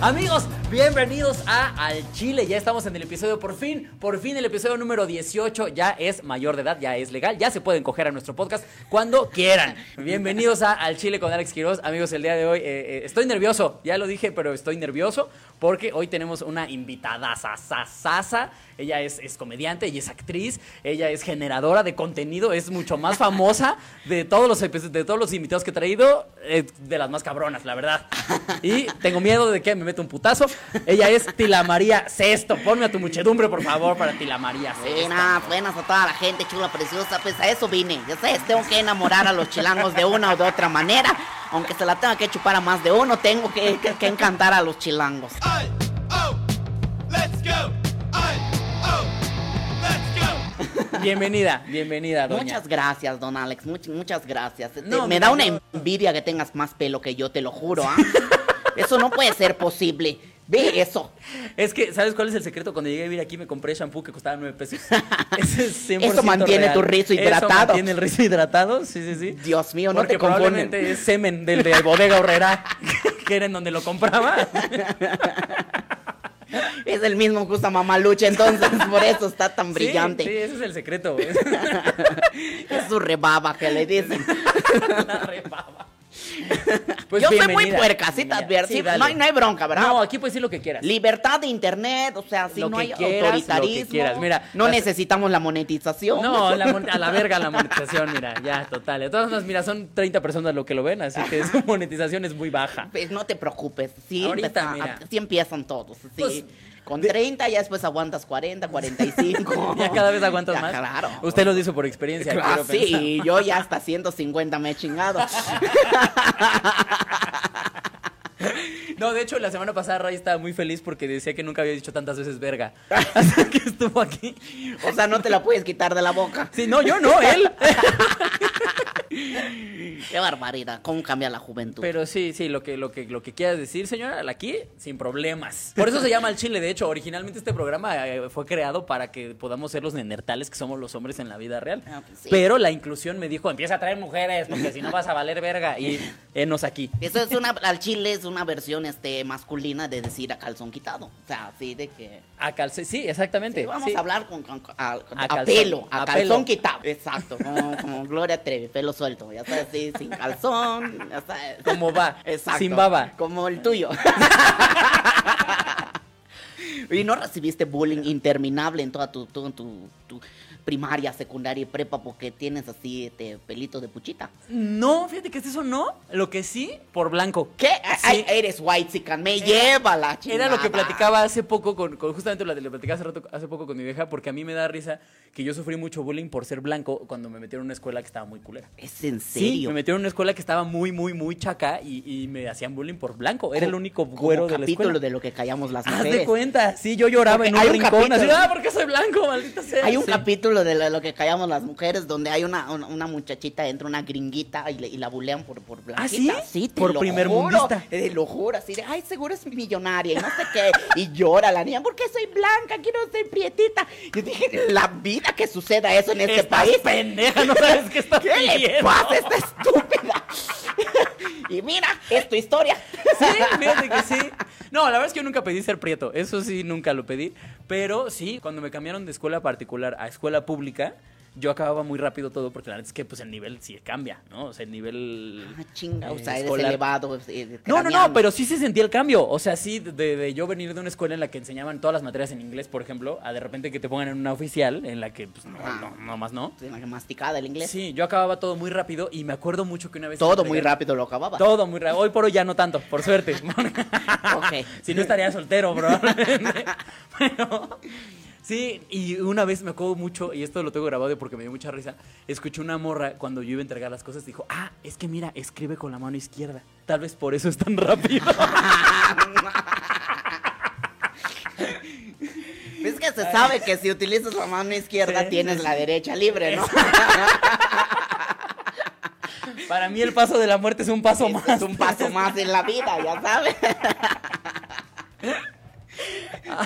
Amigos, bienvenidos a Al Chile. Ya estamos en el episodio por fin. Por fin el episodio número 18 ya es mayor de edad, ya es legal, ya se pueden coger a nuestro podcast cuando quieran. Bienvenidos a Al Chile con Alex Quiroz. Amigos, el día de hoy eh, eh, estoy nervioso, ya lo dije, pero estoy nervioso porque hoy tenemos una invitada sasasasa. Ella es, es comediante, ella es actriz, ella es generadora de contenido, es mucho más famosa de todos los, epi- de todos los invitados que he traído, eh, de las más cabronas, la verdad. Y tengo miedo de que me meta un putazo. Ella es Tila María Sexto. Ponme a tu muchedumbre, por favor, para Tila María Sexto. Buenas, buenas a toda la gente chula, preciosa. Pues a eso vine. Ya sabes, tengo que enamorar a los chilangos de una o de otra manera. Aunque se la tenga que chupar a más de uno, tengo que, que- que encantar a los chilangos. I oh, let's go. I oh, let's go. Bienvenida, bienvenida, doña. Muchas gracias, don Alex. much- muchas gracias. Te- No, me mira, da una no. envidia que tengas más pelo que yo, te lo juro. ¿ah? eso no puede ser posible. Ve eso. Es que, ¿sabes cuál es el secreto? Cuando llegué a vivir aquí me compré shampoo que costaba 9 pesos. Ese es 100% Eso mantiene real. tu rizo hidratado. Eso mantiene el rizo hidratado, sí, sí, sí. Dios mío, no Porque te confunden. probablemente es semen del de Bodega Horrera, que era en donde lo compraba. Es el mismo que usa Mamalucha, entonces por eso está tan brillante. Sí, sí, ese es el secreto. güey. Es su rebaba que le dicen. La rebaba. Pues Yo soy muy bienvenida, puerca, sí te bienvenida. advierto. Sí, sí, dale. no, hay, no hay bronca, ¿verdad? No, aquí puedes decir lo que quieras. Libertad de internet, o sea, si Lo no que hay quieras, lo que autoritarismo. quieras. Mira, no las- necesitamos la monetización. No, la mon- a la verga la monetización, mira, ya, total. De todas maneras, mira, son 30 personas lo que lo ven, así que su monetización es muy baja. Pues no te preocupes, sí, Ahorita, empeza- mira. sí empiezan todos, sí. Pues, con 30 ya después aguantas 40, 45. Ya cada vez aguantas Ya, más. Claro. Usted lo dice por experiencia. Ah, quiero pensar. sí, yo ya hasta 150 me he chingado. No, de hecho, la semana pasada Ray estaba muy feliz porque decía que nunca había dicho tantas veces verga. Hasta que estuvo aquí. O sea, no te la puedes quitar de la boca. Sí, no, yo no, él. Qué barbaridad, cómo cambia la juventud. Pero sí, sí, lo que, lo que, lo que quieras decir, señora, aquí, sin problemas. Por eso se llama el Chile. De hecho, originalmente este programa eh, fue creado para que podamos ser los nenertales que somos los hombres en la vida real. Ah, pues sí. Pero la inclusión me dijo, empieza a traer mujeres, porque si no vas a valer verga. Y enos aquí. Eso es una, al chile es una versión este masculina de decir a calzón quitado. O sea, así de que A calce- sí, exactamente. sí, vamos sí. a hablar con, con- con- a, A a calzón, pelo, a, a calzón pelo. quitado. Exacto, como, como Gloria Trevi, pelo suelto, ya sabes, sí, sin calzón, ya sabes. Como va, Exacto. sin baba. Como el tuyo. ¿Y no recibiste bullying interminable en toda tu, tu- tu- tu primaria, secundaria y prepa porque tienes así este pelito de puchita? No, fíjate que eso no. Lo que sí, por blanco. ¿Qué? Ay, Sí. eres white chican, me lleva la chingada. Era lo que platicaba hace poco con, con- justamente lo, lo platicaba hace rato hace poco con mi vieja porque a mí me da risa que yo sufrí mucho bullying por ser blanco cuando me metieron en una escuela que estaba muy culera. Es en Sí, serio. me metieron en una escuela que estaba muy muy muy chaca y, y me hacían bullying por blanco. Era el único Como güero de la capítulo escuela. de lo que callamos las Haz de mujeres. cuenta, sí, yo lloraba Porque en un, hay un rincón así, capítulo. ah, porque soy blanco, maldita sea. Hay un Sí. capítulo de lo- lo que callamos las mujeres donde hay una, una, una muchachita, entra una gringuita y, le- y la bulean por, por blanquita. ¿Ah, sí? te Por lo primermundista. juro, eh, Te lo juro, así de, ay, seguro es millonaria y no sé qué. Y llora la niña, ¿por qué soy blanca? Quiero ser prietita. Yo dije, la vida que suceda eso en este Estás país. pendeja, no sabes qué estás ¿Qué le pidiendo. pasa a esta estúpida? y mira, es tu historia. Sí, fíjate que sí. No, la verdad es que yo nunca pedí ser prieto. Eso sí, nunca lo pedí. Pero sí, cuando me cambiaron de escuela particular a escuela pública, yo acababa muy rápido todo porque la verdad es que pues el nivel sí cambia, ¿no? O sea, el nivel... Ah, chinga, o eh, sea, eres escolar. elevado. eh, No, no, no, craneando. pero sí se sentía el cambio. O sea, sí, de, de yo venir de una escuela en la que enseñaban todas las materias en inglés, por ejemplo, a de repente que te pongan en una oficial en la que, pues, no, Ajá. no, no más no. Sí, Masticada el inglés. Sí, yo acababa todo muy rápido y me acuerdo mucho que una vez... Todo me muy entregaron- rápido lo acababa. Todo muy rápido. Hoy por hoy ya no tanto, por suerte. Ok. Si no estaría soltero, probablemente. Pero. Sí, y una vez me acuerdo mucho, y esto lo tengo grabado porque me dio mucha risa. Escuché una morra cuando yo iba a entregar las cosas, dijo: Ah, es que mira, escribe con la mano izquierda. Tal vez por eso es tan rápido. Pues Es que se sabe que si utilizas la mano izquierda Sí, tienes la derecha libre, ¿no? Para mí, el paso de la muerte es un paso más. Es un paso más en la vida, ya sabes.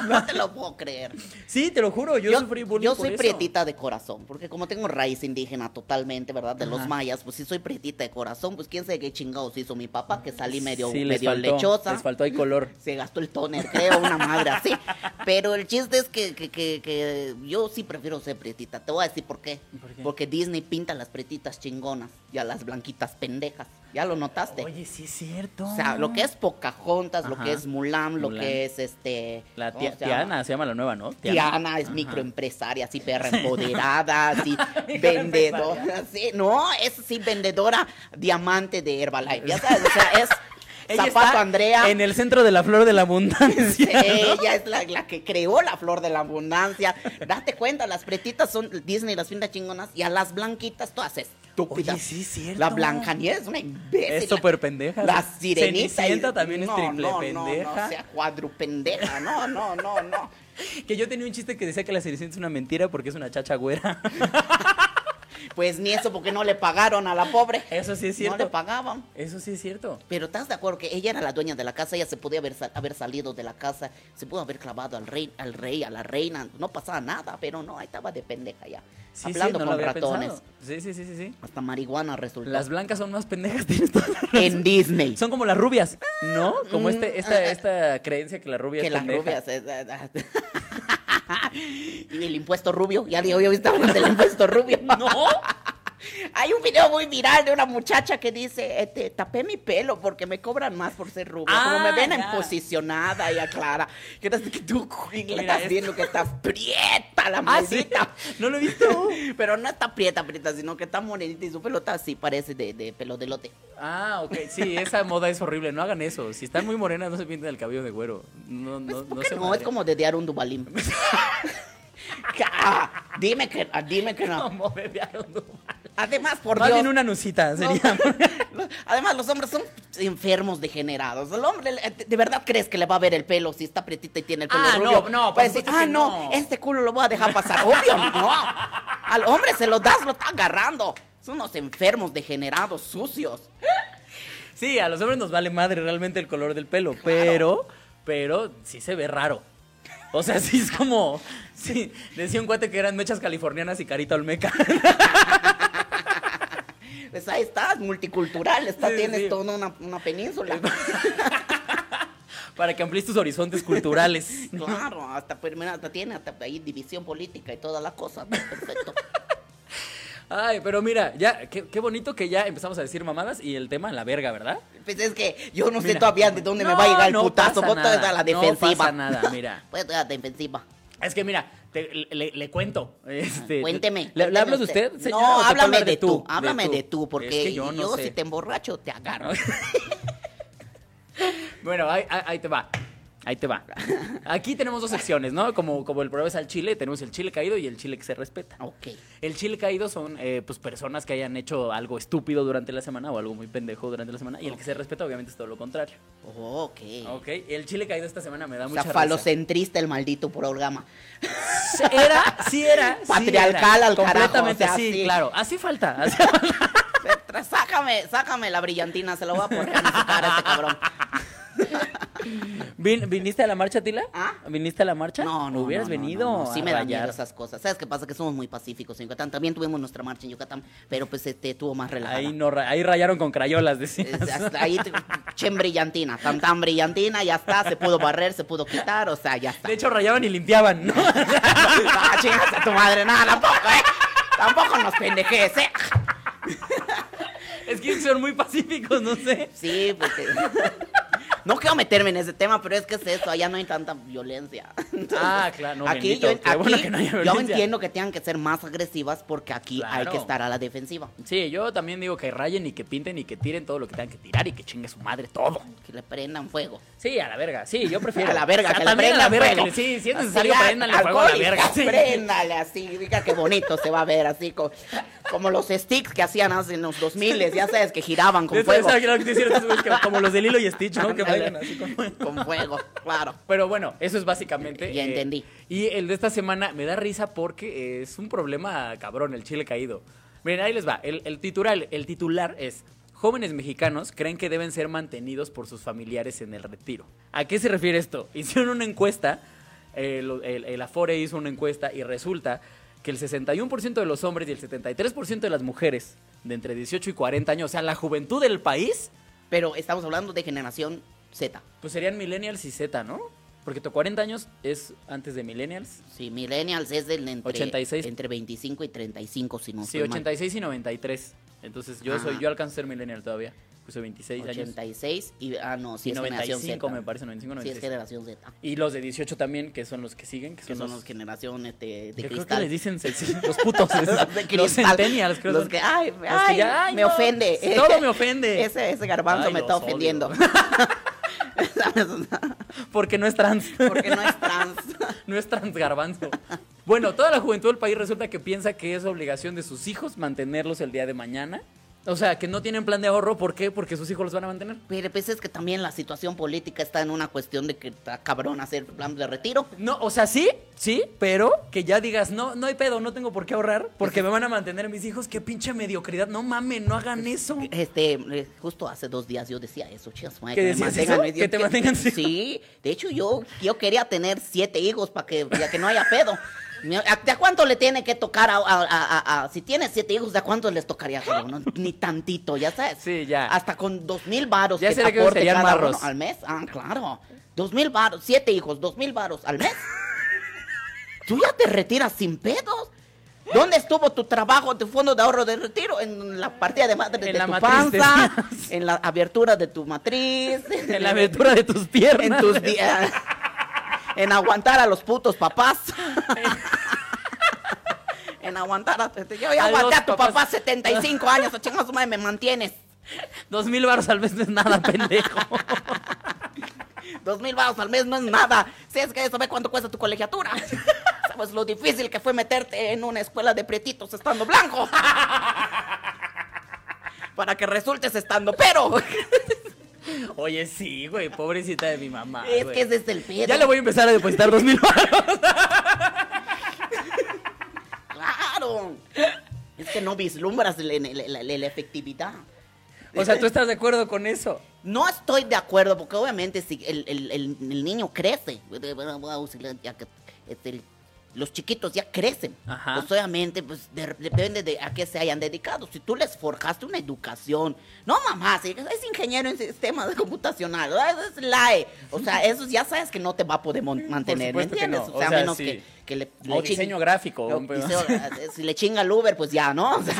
No te lo puedo creer. Sí, te lo juro, yo, sufrí bullying. yo por soy eso. prietita de corazón, porque como tengo raíz indígena totalmente, ¿verdad? De los Ajá. mayas, pues sí soy prietita de corazón, pues quién sabe qué chingados hizo mi papá, que salí medio, Sí, les medio faltó, lechosa. Les faltó ahí color. se gastó el tóner, creo, una madre así. Pero el chiste es que, que- que- que yo sí prefiero ser prietita. Te voy a decir por qué. ¿Por qué? Porque Disney pinta a las prietitas chingonas y a las blanquitas pendejas. ¿Ya lo notaste? Oye, sí es cierto. Este. O sea, lo que es Pocahontas, lo Ajá. que es Mulan, lo Mulan. que es este... La ¿cómo tía, se llama? Tiana se llama la nueva, ¿no? Tiana es Ajá. microempresaria, así perra empoderada, así vendedora, sí, no, es sí vendedora diamante de Herbalife, ya sabes, o sea, es Ella zapato está Andrea, En el centro de la flor de la abundancia. ¿no? ella es la, la que creó la flor de la abundancia, date cuenta, las pretitas son Disney, las pintas chingonas, y a las blanquitas todas estúpidas, Oye, sí, cierto. la blanca es una imbécil, Es la- súper pendeja. la sirenita. Cenicienta y- también es no, triple no, no, pendeja. No, o sea, cuadrupendeja. No, no, no, no. Que yo tenía un chiste que decía que la Cenicienta es una mentira porque es una chacha güera. Pues ni eso porque no le pagaron a la pobre. Eso sí es No cierto. le pagaban. Eso sí es cierto. Pero estás de acuerdo que ella era la dueña de la casa, ella se podía haber, sal- haber salido de la casa, se pudo haber clavado al rey, al rey, a la reina, no pasaba nada, pero no, ahí estaba de pendeja ya. Sí, sí, hablando no lo con había ratones. pensado. Sí, sí, sí, sí, sí. Hasta marihuana resultó. Las blancas son más pendejas, tienes toda la razón. En Disney. Son como las rubias, ¿no? Como este, ah, esta, esta creencia que la rubia que es las pendeja. rubias. eh, eh, eh. y el impuesto rubio, ya digo, yo estaba hablando del impuesto rubio. No, Hay un video muy viral de una muchacha que dice, este, tapé mi pelo porque me cobran más por ser rubia. Como Ah, me ven ya. en posicionada y aclara. Que eres que tú, güey, le Mira, estás es- viendo que estás prieta la Ah, ¿sí? maldita. No lo he visto. Pero no está prieta, prieta, sino que está morenita y su pelo está así, parece de, de pelo de lote. Ah, ok. Sí, esa moda es horrible. No hagan eso. Si están muy morenas, no se pinten el cabello de güero. No, no, Pues, ¿Por no qué se no? madre. Es como dedear un dubalín. Ah, dime que, ah, dime que no. Como bebé Más Además, por bien Dios. una nucita sería. No, Además, los hombres son enfermos degenerados. El hombre, eh, ¿de verdad crees que le va a ver el pelo si está prietita y tiene el pelo Ah, rubio? no, no, Va a por decir, supuesto ah, que no, no. este culo lo voy a dejar pasar. Obvio, no. Al hombre se lo das, lo está agarrando. Son unos enfermos degenerados, sucios. Sí, a los hombres nos vale madre realmente el color del pelo, pero, pero sí se ve raro. O sea, sí es como. Sí, decía un cuate que eran mechas californianas y carita olmeca. Pues ahí estás, multicultural, está, Sí, tienes sí. toda una, una península. Para que amplíes tus horizontes culturales. claro, hasta, pues, mira, hasta tiene hasta ahí división política y toda la cosa. Perfecto. Ay, pero mira, ya, qué, qué bonito que ya empezamos a decir mamadas y el tema en la verga, ¿verdad? Pues es que yo no sé Mira. todavía de dónde me No, va a llegar el no putazo. pasa Vos nada, estás a la no defensiva. pasa nada, mira. Pues a la defensiva. Es que mira, te- le, le- le cuento. Este, Cuénteme. ¿Le, le cuénteme hablas de usted? señora, o te no, puedo háblame hablar de, tú. Háblame de tú, porque Es que yo, yo no sé. si te emborracho, te agarro. Bueno, ahí, ahí- ahí te va. Ahí te va. Aquí tenemos dos secciones, ¿no? Como, como el programa es al chile, tenemos el chile caído y el chile que se respeta. ok. El chile caído son eh, pues personas que hayan hecho algo estúpido durante la semana o algo muy pendejo durante la semana. Y el que se respeta, obviamente, es todo lo contrario. Ok. Ah, Ok. El chile caído esta semana me da O mucha sea, risa. falocentrista el maldito programa. Era, sí era. sí Patriarcal era. al carajo, Completamente, o sea, sí, sí. claro. Así falta. así- Petra, Sácame, sácame la brillantina, se la voy a poner en su cara a este cabrón. ¿Vin- ¿Viniste a la marcha, Tila? ¿ah? ¿Viniste a la marcha? No, no. Hubieras no, no, venido. no, no, Sí a me da rayar. miedo esas cosas. ¿Sabes qué pasa? Que somos muy pacíficos en Yucatán. También tuvimos nuestra marcha en Yucatán, pero pues este tuvo más relajada. Ahí, no, ra- ahí rayaron con crayolas, decías. Es- hasta ahí te- chen brillantina, tan tan brillantina, ya está, se pudo barrer, se pudo quitar, o sea, ya está. De hecho, rayaban y limpiaban, ¿no? Ah, chingas a tu madre, nada, tampoco, eh. Tampoco nos pendejes, eh. es que son muy pacíficos, no sé. Sí, porque. No quiero meterme en ese tema, pero es que es eso, allá no hay tanta violencia. Entonces, Ah, claro, no, aquí bendito, yo, qué bueno aquí que no haya yo violencia. entiendo que tengan que ser más agresivas porque aquí hay Claro. que estar a la defensiva. Sí, yo también digo que rayen y que pinten y que tiren todo lo que tengan que tirar y que chingue su madre todo. Que le prendan fuego. Sí, a la verga, sí, yo prefiero. A la verga, O sea, que le también prendan a la verga. fuego. que le- sí, si es necesario, Así, prendanle fuego a la alcohólica, verga. sí. Préndale así, diga que bonito se va a ver, así co- como los sticks que hacían hace en los 2000, ya sabes, que giraban con Eso es fuego. algo que te hicieron estos güeyes que- como los de Lilo y Stitch, ¿no? Que bailan así como... Con fuego, claro. Pero bueno, eso es básicamente. eh, Ya entendí. Y el de esta semana me da risa porque es un problema cabrón, el chile caído. Miren, ahí les va. El, el titular, el titular es. Jóvenes mexicanos creen que deben ser mantenidos por sus familiares en el retiro. ¿A qué se refiere esto? Hicieron una encuesta el, el- el Afore hizo una encuesta y resulta que el 61% de los hombres y el 73% de las mujeres de entre 18 y 40 años, o sea, la juventud del país, Pero estamos hablando de generación Z. pues serían millennials y Z, ¿no? Porque tu 40 años es antes de millennials. Sí, millennials es del entre, 86. entre 25 y 35, si no Sí, estoy mal. 86 y 93. Entonces yo soy, Ajá. yo alcancé a ser millennial todavía. Pues soy 26 años. 86 y ah no, sí Y es generación 95 Z. me parece, 95, Sí es 96. generación Z. Y los de 18 también, que son los que siguen, que Que son, son los los generación este, de Yo creo que cristal. les dicen sexy, los putos, es- De los cristal. centennials, creo Los son. que, ay, que ay, ya, ay, me no, ofende. todo me ofende. Ese, ese garbanzo Ay, me está los odio. ofendiendo. porque no es trans. Porque no es trans. no es trans garbanzo. Bueno, toda la juventud del país resulta que piensa que es obligación de sus hijos mantenerlos el día de mañana. O sea, que no tienen plan de ahorro, ¿por qué? Porque sus hijos los van a mantener. Pero pues es que también la situación política está en una cuestión de que está cabrón hacer plan de retiro. No, o sea, sí, sí, pero que ya digas, no, no hay pedo, no tengo por qué ahorrar, porque me van a mantener mis hijos, qué pinche mediocridad, no mames, no hagan eso. Este, eh, justo hace dos días yo decía eso, chicas, madre, ¿Qué me decías mantengan eso? mis ¿Que te mantengan sin- Sí, de hecho yo, yo quería tener siete hijos para que, para que no haya pedo. Mi- ¿A, de a cuánto le tiene que tocar a, a- a- a- a- si tienes siete hijos, de a cuánto les tocaría? cada uno? Ni tantito, ya sabes. Sí, ya. Hasta con dos mil varos Ya que te sería que aporte serían cada marros. uno al mes. Ah, claro. Dos mil varos, siete hijos, dos mil varos al mes. Tú ya te retiras sin pedos. ¿Dónde estuvo tu trabajo, tu fondo de ahorro de retiro? En la partida de madre En de la tu matriz de panza, días. en la abertura de tu matriz, En la aventura de tus piernas. en tus días, en aguantar a los putos papás. En aguantar a Yo ya A los aguanté a tu papás. papá 75 años, a chingas madre, me mantienes. Dos mil baros al mes no es nada, pendejo. Dos mil baros al mes no es nada. Si es que eso ve cuánto cuesta tu colegiatura. Sabes lo difícil que fue meterte en una escuela de prietitos estando blanco. Para que resultes estando pero. Oye, sí, güey, pobrecita de mi mamá. es güey. que ese es el pedo. Ya le voy a empezar a depositar dos mil baros. Claro. Es que no vislumbras la, la- la- la- la efectividad. O sea, ¿tú estás de acuerdo con eso? No estoy de acuerdo, porque obviamente si el, el- el- el niño crece, ya que, este, los chiquitos ya crecen. Ajá. Pues obviamente, pues de- depende de a qué se hayan dedicado. Si tú les forjaste una educación, no mamá, si es ingeniero en sistemas computacional, es LAE. O sea, eso ya sabes que no te va a poder mon- mantener, ¿me supuesto que entiendes? no. O sea, O a sea, menos sí. que, que le, O le ching- diseño gráfico, o un pedo diseño- si le chinga al Uber, pues ya, ¿no? O sea,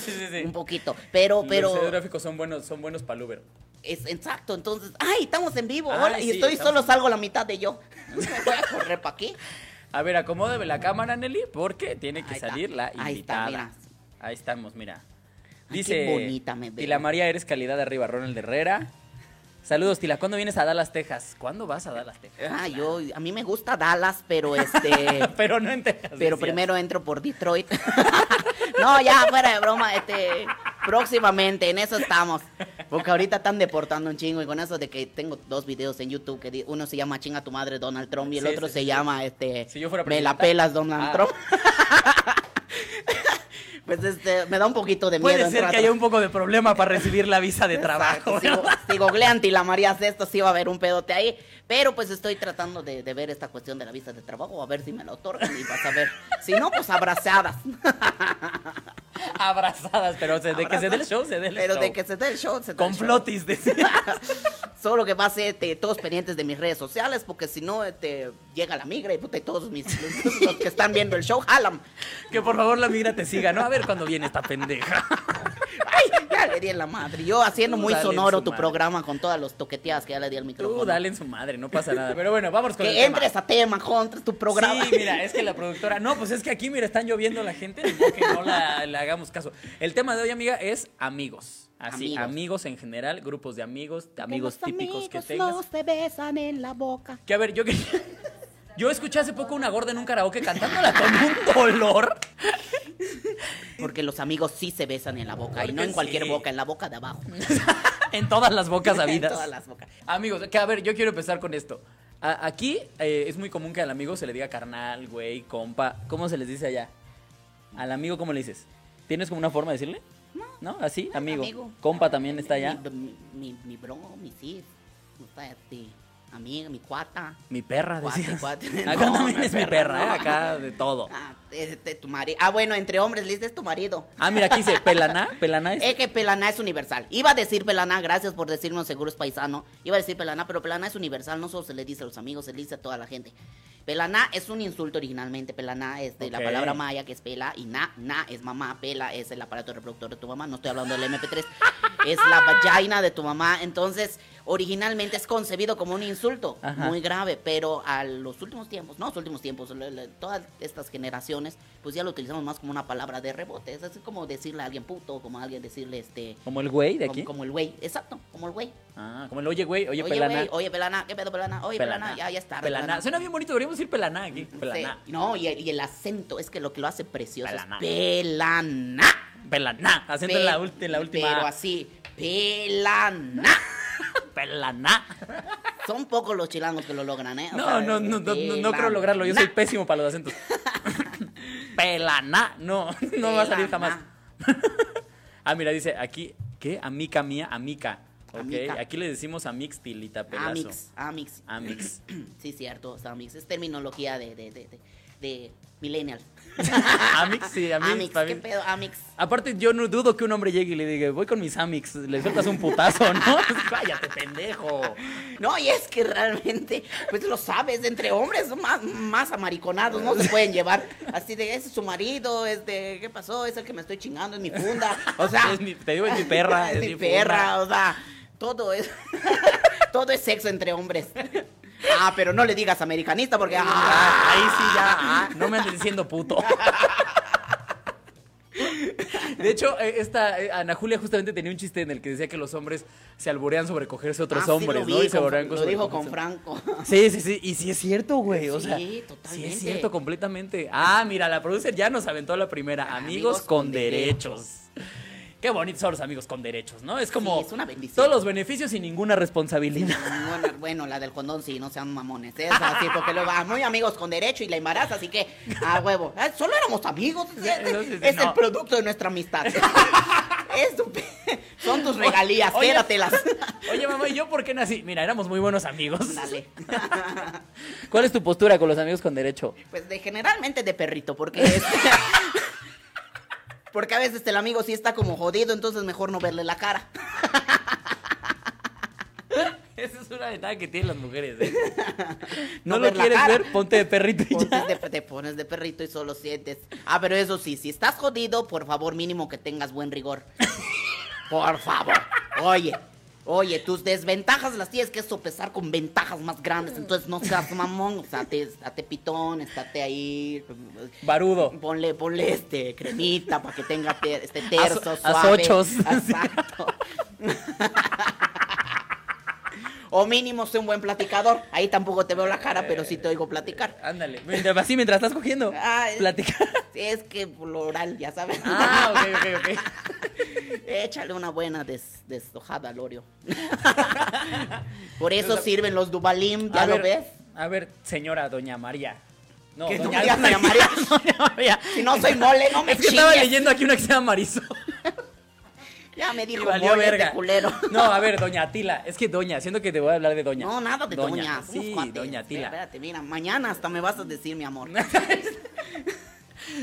sí, sí, sí. un poquito. Pero, pero. Los gráficos son buenos, son buenos para Uber. Es, exacto, entonces, ay, estamos en vivo, Ay, hola, sí, y estoy estamos solo en- salgo la mitad de yo. Me voy a correr para aquí. A ver, acomódame la cámara, Nelly, porque tiene que Ahí está. salir la Ahí está, invitada. mira. Ahí estamos, mira. Ay, Dice. qué bonita me veo. Tila María, eres calidad de arriba, Ronald Herrera. Saludos, Tila. ¿Cuándo vienes a Dallas, Texas? ¿Cuándo vas a Dallas, Texas? Ah, yo, a mí me gusta Dallas, pero este, Pero no en Texas. pero decía. primero entro por Detroit. no, ya, fuera de broma, este, próximamente, en eso estamos. Porque ahorita están deportando un chingo y con eso de que tengo dos videos en YouTube, que di- uno se llama Chinga tu madre Donald Trump y el Sí, otro sí, se sí, sí. llama, este, Si yo fuera Me la presidenta. pelas Donald Ah. Trump. pues este, me da un poquito de miedo. Puede ser entrar que a- haya un poco de problema para recibir la visa de trabajo. Exacto, pues, Si, ¿no? go- si googlean la María Cesto, sí va a haber un pedote ahí. Pero pues estoy tratando de, de ver esta cuestión de la visa de trabajo, a ver si me la otorgan y vas a ver. Si no, pues abrazadas. Abrazadas, pero se- de que se dé el show, se dé el Pero show. de que se dé el show, se dé Con el show. flotis, decía. Solo que va a ser este, todos pendientes de mis redes sociales, porque si no, este, llega la migra y puta, y todos mis, los, los que están viendo el show, jalan. Que por favor la migra te siga, ¿no? A ver cuándo viene esta pendeja. Ay, ya le di en la madre. Yo haciendo Tú muy dale en sonoro su tu madre. programa con todas las toqueteadas que ya le di al micrófono. Tú dale en su madre, no pasa nada. Pero bueno, vamos con el Que tema. entres a tema, contra tu programa. Sí, mira, es que la productora. No, pues es que aquí, mira, están lloviendo la gente, ni modo que no la, le hagamos caso. El tema de hoy, amiga, es amigos. Así, amigos, Amigos. en general, grupos de amigos, de amigos los típicos que amigos tengas. no se besan en la boca. Que a ver, yo que. Yo escuché hace poco una gorda en un karaoke cantándola con un dolor. Porque los amigos sí se besan en la boca y Porque no en cualquier sí. boca, en la boca de abajo. En todas las bocas En habidas. todas las bocas. Amigos, que a ver, yo quiero empezar con esto. A- aquí eh, es muy común que al amigo se le diga carnal, güey, compa. ¿Cómo se les dice allá? Al amigo, ¿cómo le dices? ¿Tienes como una forma de decirle? No. ¿No? ¿Así? amigo. amigo. Compa también está allá. Mi, mi, mi bro, mi sis. O sea, este, amiga, mi cuata. Mi perra, Cuate, decías. cuate. Acá No, también mi es mi perra, perra, ¿eh? no. Acá de todo. Ah, este, tu marido. Ah, bueno, entre hombres, Liz es tu marido. Ah, mira, aquí dice Pelaná. Pelaná es. Es que Pelaná es universal. Iba a decir Pelaná, gracias por decirnos seguros paisano. Iba a decir Pelaná, pero Pelaná es universal, no solo se le dice a los amigos, se le dice a toda la gente. Pelaná es un insulto originalmente. Pelaná es de la Ok. palabra maya que es pela y na, na es mamá, pela es el aparato reproductor de tu mamá. No estoy hablando del MP3, es la vagina de tu mamá. Entonces, originalmente es concebido como un insulto Ajá. muy grave, pero a los últimos tiempos, no, los últimos tiempos, la- la- todas estas generaciones, pues ya lo utilizamos más como una palabra de rebote. Es así como decirle a alguien puto, como a alguien decirle este. Como el güey de como- aquí. Como, el güey, exacto, como el güey. Ah, como el oye, güey. Oye, Oye, Pelaná. güey, oye, pelana, ¿qué pedo, pelana? Oye, pelana, ya, ya está. Pelaná. Suena bien bonito, deberíamos decir Pelaná aquí. Pelaná. No, y el, y el acento es que lo que lo hace precioso Pelaná. es pelana. Pelaná. Haciendo Pe- la, ulti- la última. Pero así, pelana. Pelaná. Son pocos los chilangos que lo logran, ¿eh? O No, sea, no, no, no, no, no creo pelana. lograrlo. Yo soy pésimo para los acentos. Pelaná. No, no va a salir jamás. Pelaná. Ah, mira, dice aquí, ¿qué? Amica mía, amica. Ok, Amica. aquí le decimos amix tilita pelazo. Amix, Amix. Amix. Sí, cierto, es Amix. Es terminología de, de, de, de, de millennial. amix, sí, amix. Amix, para ¿qué mí. pedo? Amix. Aparte, yo no dudo que un hombre llegue y le diga, voy con mis amix, le sueltas un putazo, ¿no? Cállate, pendejo. No, y es que realmente, pues lo sabes, entre hombres son más, más amariconados, no se pueden llevar. Así de, ese es su marido, es de, ¿qué pasó? Es el que me estoy chingando, es mi funda. O sea, Es mi- te digo, es mi perra, es, es mi mi perra, funda. o sea, todo es, todo es sexo entre hombres. Ah, pero no le digas americanista porque, ah, Ah, ahí sí ya, ah, no me andes diciendo puto. De hecho, eh, esta eh, Ana Julia justamente tenía un chiste en el que decía que los hombres se alborean sobre cogerse a otros ah, sí, hombres, lo ¿no? vi Y se con- alborean lo sobre dijo con cogerse- Franco. Sí, sí, sí. Y sí es cierto, güey. O Sí, sea, sí totalmente. es cierto completamente. Ah, mira, la producer ya nos aventó la primera. Amigos, Amigos con, con derechos. Qué bonitos son los amigos con derechos, ¿no? Es como Sí, es una bendición. todos los beneficios y ninguna responsabilidad. Bueno, bueno, la del condón sí, no sean mamones. ¿eh? Es así, porque luego, ah, muy amigos con derecho y la embarazas, así que, a huevo. Ah, Solo éramos amigos. Es, es- No, sí, sí, es no. el producto de nuestra amistad. Es tu pe- son tus regalías, Oye. espératelas. Oye, mamá, ¿y yo por qué nací? Mira, éramos muy buenos amigos. Dale. ¿Cuál es tu postura con los amigos con derecho? Pues de, generalmente de perrito, porque este- Porque a veces el amigo sí está como jodido, entonces mejor no verle la cara. Esa es una ventaja que tienen las mujeres. ¿eh? No, No lo ver la quieres cara. ver, ponte de perrito y ya. Entonces de- te pones de perrito y solo sientes. Ah, pero eso sí, si estás jodido, por favor, mínimo que tengas buen rigor. Por favor. Oye, oye, tus desventajas las tienes que sopesar con ventajas más grandes. Entonces no seas mamón. O sea, te- estate pitón, estate ahí. Barudo. Ponle, ponle este, cremita para que tenga ter- este terzo, Azo- suave. azochos. Exacto. O mínimo sé un buen platicador. Ahí tampoco te veo la cara, pero sí te oigo platicar. Ándale. Mientras- Así mientras estás cogiendo. Ah, es- Platicar. Sí, es que por lo oral, ya sabes. Ah, ok, ok, ok. Échale una buena des- deshojada al Oreo. por eso sirven los Dubalim, ¿ya a lo ver, ves? A ver, señora Doña María. No, ¿Qué Doña, doña- doña María? Doña María. Si no soy mole, no me Es que estaba chingues. leyendo aquí una que se llama Marisol. Ya me dijo Y valió mole verga. este culero. No, a ver, Doña Atila. Es que Doña, siento que te voy a hablar de Doña. No, nada de doña. somos Sí, cuates. Doña Atila. Espérate, mira, mañana hasta me vas a decir, mi amor.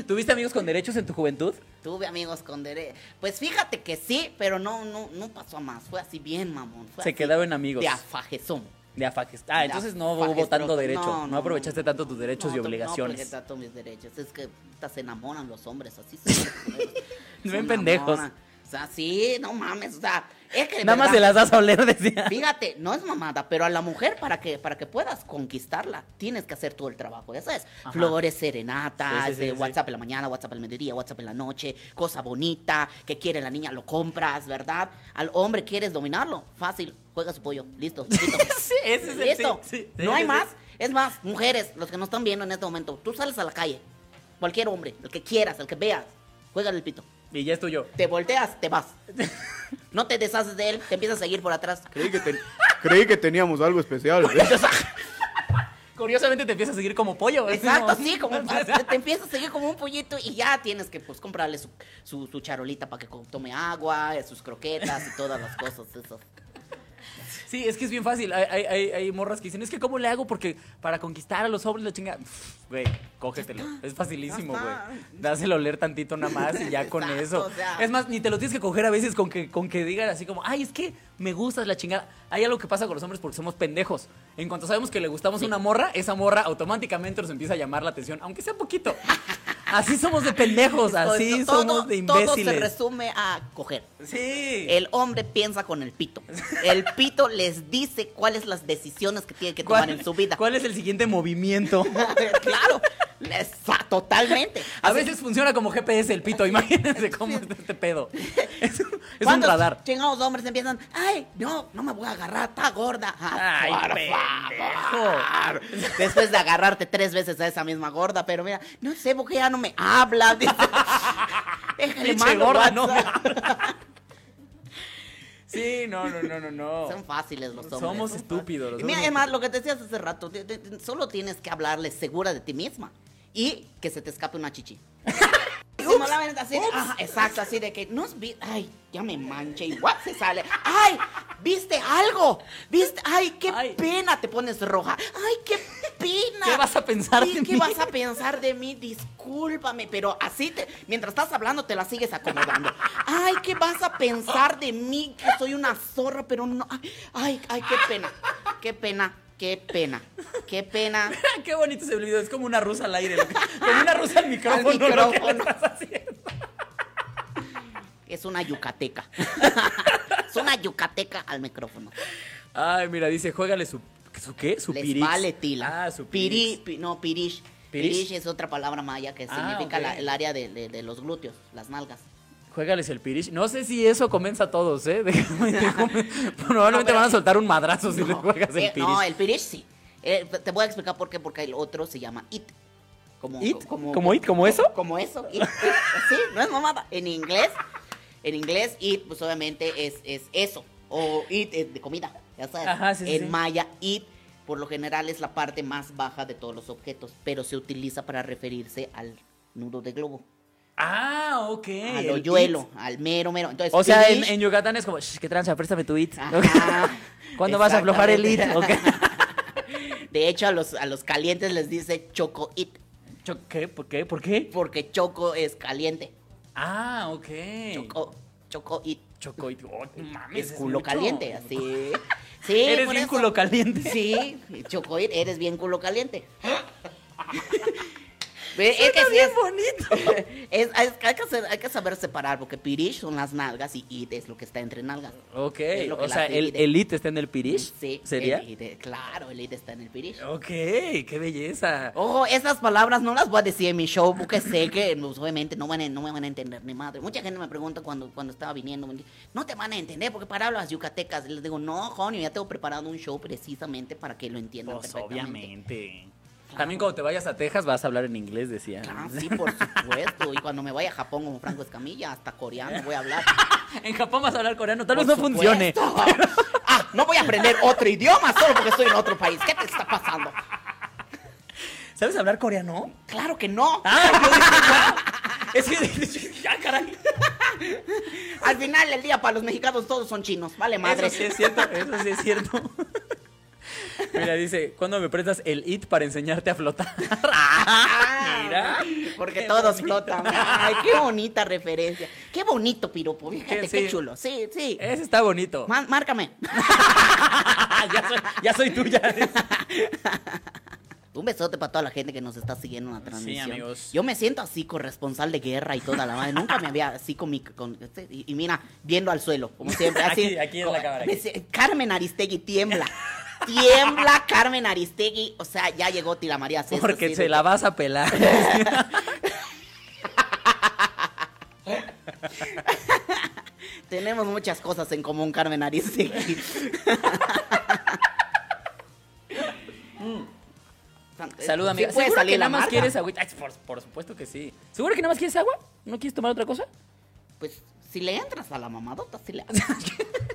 ¿Tuviste amigos con derechos en tu juventud? Tuve amigos con derecho. Pues fíjate que sí, pero no, no, no pasó a más. Fue así bien, mamón. Fue Se así quedaron amigos. De afajezón. De afajes. Ah, De entonces no hubo afajes, tanto pero- derecho. No, aprovechaste no, tanto no. tus derechos No, y no, No aproveché obligaciones. tanto mis derechos. Es que puta, se enamoran los hombres, así son. los culeros. Se Ven pendejos. enamoran. O sea, sí, no mames. O sea, es que de Nada más verdad, se las das a oler, decía. Fíjate, no es mamada, pero a la mujer para que para que puedas conquistarla, tienes que hacer todo el trabajo, ya sabes. Ajá. Flores, serenatas, Sí, sí, sí, eh, sí. WhatsApp en la mañana, WhatsApp en el mediodía, WhatsApp en la noche, cosa bonita, que quiere la niña, lo compras, ¿verdad? Al hombre quieres dominarlo, fácil, juega su pollo, listo, listo. Sí, ese es el Listo. sí, sí, sí, no hay sí. más. Es más, mujeres, los que nos están viendo en este momento, tú sales a la calle, cualquier hombre, el que quieras, el que veas, juega el pito. Y ya es tuyo. Te volteas, te vas. No te deshaces de él, te empiezas a seguir por atrás. Creí que, ten- creí que teníamos algo especial. Curiosamente te empieza a seguir como pollo. ¿eh? Exacto, No. sí, como te, te empiezas a seguir como un pollito y ya tienes que pues comprarle su, su, su charolita para que co- tome agua, eh, sus croquetas y todas las cosas esas. Sí, es que es bien fácil. Hay, hay- hay- hay morras que dicen, es que ¿cómo le hago? Porque para conquistar a los hombres la chinga. Pff, Güey, cógetelo. Es facilísimo, Ya güey. está. Dáselo a oler tantito nada más y ya con Exacto, eso. o sea. Es más, ni te lo tienes que coger a veces con que, con que digan así como, ay, es que me gustas la chingada. Hay algo que pasa con los hombres porque somos pendejos. En cuanto sabemos que le gustamos a una morra, esa morra automáticamente nos empieza a llamar la atención, aunque sea poquito. Así somos de pendejos, así Todo- somos de Todo se imbéciles. resume a coger. Sí. El hombre piensa con el pito. El pito les dice cuáles las decisiones que tiene que tomar en su vida. ¿Cuál es el siguiente movimiento? claro, les, totalmente. A veces funciona como GPS el pito, imagínense cómo está este pedo. Es, un- es un ¿Cuántos radar. Chingados hombres empiezan, ay, no, no me voy a agarrar, está gorda. Ah, Ay, por pendejo. favor. Después de agarrarte tres veces a esa misma gorda, pero mira, no sé por qué ya no me habla. Dice, Déjale Pinche mando gorda, WhatsApp. no me habla. Sí, no, no, no, no, Son no. fáciles los hombres. Somos son estúpidos, fáciles. los Y mira, hombres. además, lo que te decías hace rato, te- te- te- solo tienes que hablarle segura de ti misma y que se te escape una chichi. Y como la ven así, de, ajá, exacto, así de que no es vi- ay, ya me manché y guap se sale. Ay, viste algo, viste, ay, qué Ay. pena te pones roja. Ay, qué pena. ¿Qué vas a pensar Sí, de ¿Qué mí? vas a pensar de mí? Discúlpame, pero así te, mientras estás hablando te la sigues acomodando. Ay, ¿qué vas a pensar de mí? Que soy una zorra, pero no. Ay, ay, ay, qué pena. Qué pena, qué pena, qué pena. Qué bonito ese video, es como una rusa al aire. lo que- Como una rusa al micrófono. lo que le micrófono. estás haciendo. Es una yucateca. Es una yucateca al micrófono. Ay, mira, dice, juégale su... ¿Su qué? Su Les pirix. vale tila. Ah, su Piri- pirix. pi- no, pirish. ¿Pirish? pirish. es otra palabra maya que Ah, significa ok. la- el área de, de- de los glúteos, las nalgas. Juégales el pirich. No sé si eso convence a todos, ¿eh? Déjame- déjame- Probablemente No, pero- van a soltar un madrazo si les No, juegas el eh, pirich. no, el pirish sí. Eh, te voy a explicar por qué, porque el otro se llama it. Como, ¿It? Como, ¿Como it? ¿Como eso? Como eso. it, it. Sí, no es mamada. En inglés, en inglés, it, pues obviamente es, es eso. O it es de comida, ya sabes. Ajá, sí, sí, en sí. maya, it, por lo general, es la parte más baja de todos los objetos, pero se utiliza para referirse al nudo de globo, Ah, ok. al el hoyuelo, al mero, mero. Entonces, it. O sea, en, pirish- en Yucatán es como, "Shh, qué tranza, préstame tu it. Ajá, ¿Cuándo vas a aflojar el it? Ok. exactamente. De hecho, a los, a los calientes les dice choco it, Cho- ¿Qué? ¿Por qué? ¿Por qué? porque choco es caliente. Ah, ok. Choco, choco it. Choco it. Oh, no mames. Es es culo mucho. caliente, así. Sí, Eres por bien eso. culo caliente. Sí, choco it, eres bien culo caliente. Ve, es que Suena sí bien es- bonito. es- hay, hay que hacer- hay que saber separar, porque pirish son las nalgas y it es lo que está entre nalgas. Ok, Es lo que o la sea, el, divide. el it está en el pirish. Sí, ¿Sería? el it, claro, el it está en el pirish. Ok, qué belleza. Ojo, esas palabras no las voy a decir en mi show porque sé que pues, obviamente no, van a- no me van a entender ni madre. Mucha gente me pregunta cuando, cuando estaba viniendo, me dice, no te van a entender porque para las yucatecas. Les digo, no, Jonio, ya tengo preparado un show precisamente para que lo entiendan Pues perfectamente". obviamente. También cuando te vayas a Texas vas a hablar en inglés, decía. Claro, Ah, sí, por supuesto. Y cuando me vaya a Japón como Franco Escamilla, hasta coreano voy a hablar. en Japón vas a hablar coreano, tal vez Ah, no Por funcione. supuesto. Ah, no voy a aprender otro idioma solo porque estoy en otro país. ¿Qué te está pasando? ¿Sabes hablar coreano? Claro que no. Ah, yo dije, "Wow". es que, ya, caray. Al final del día, para los mexicanos todos son chinos. Vale, madre. Eso sí es cierto, eso sí es cierto. Mira, dice, ¿cuándo me prestas el IT para enseñarte a flotar? Ah. Mira. Porque Qué todos bonito. flotan. Ay, qué bonita referencia. Qué bonito piropo. Fíjate, Que qué sí. Eh. chulo. Sí, sí. Ese está bonito. Má- márcame. ya, soy, ya soy tuya. Un besote para toda la gente que nos está siguiendo en la transmisión. amigos. Yo me siento así corresponsal de guerra y toda la madre. Nunca me había así con mi... con- este- y, y mira, viendo al suelo, como siempre. Así, Aquí, aquí en la Como- cámara, me aquí. se- Carmen Aristegui tiembla. tiembla Carmen Aristegui. O sea, ya llegó Tila María César. Porque sí, se de- la vas a pelar. Tenemos muchas cosas en común, Carmen Aristegui. Saluda, amiga. Mm. Sí puede ¿Seguro salir que la nada más marca. quieres agüita? Ay, por, por supuesto que sí. ¿Seguro que nada más quieres agua? ¿No quieres tomar otra cosa? Pues si le entras a la mamadota, si le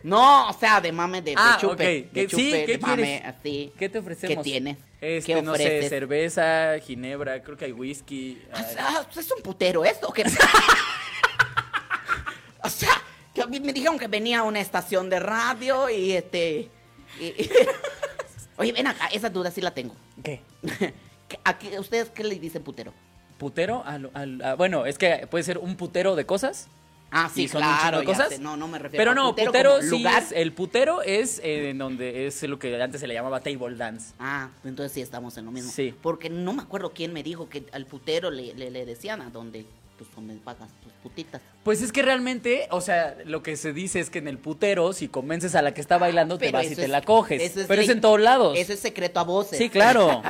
No, o sea, de mame de, de Ah, chupe. ok. De ¿Qué- chupe, sí, ¿qué de mame, quieres? así. ¿Qué te ofrecemos? ¿Qué tienes? Este, ¿Qué no sé, ofreces? cerveza, ginebra, creo que hay whisky. O ay. sea, es un putero esto. que- o sea, que a mí me dijeron que venía a una estación de radio y este. Y- y- Oye, ven acá, esa duda sí la tengo. ¿Qué? ¿Qué- ¿A qué- ¿Ustedes qué le dicen putero? ¿Putero? Al- al- a- bueno, es que puede ser un putero de cosas. Ah, y sí, son un chingo claro. de ya cosas. sé, No, no me refiero Pero a no, putero, como sí. lugar. es- eh, el putero es eh, en donde es lo que antes se le llamaba table dance. Ah, entonces sí estamos en lo mismo. Sí. Porque no me acuerdo quién me dijo que al putero le, le, le decían a dónde, pues donde pagas tus putitas. Pues es que realmente, o sea, lo que se dice es que en el putero, si convences a la que está bailando, te Ah, Pero vas y eso te es- la coges. eso es Pero es ley- en todos lados. Eso es secreto a voces. Sí, claro.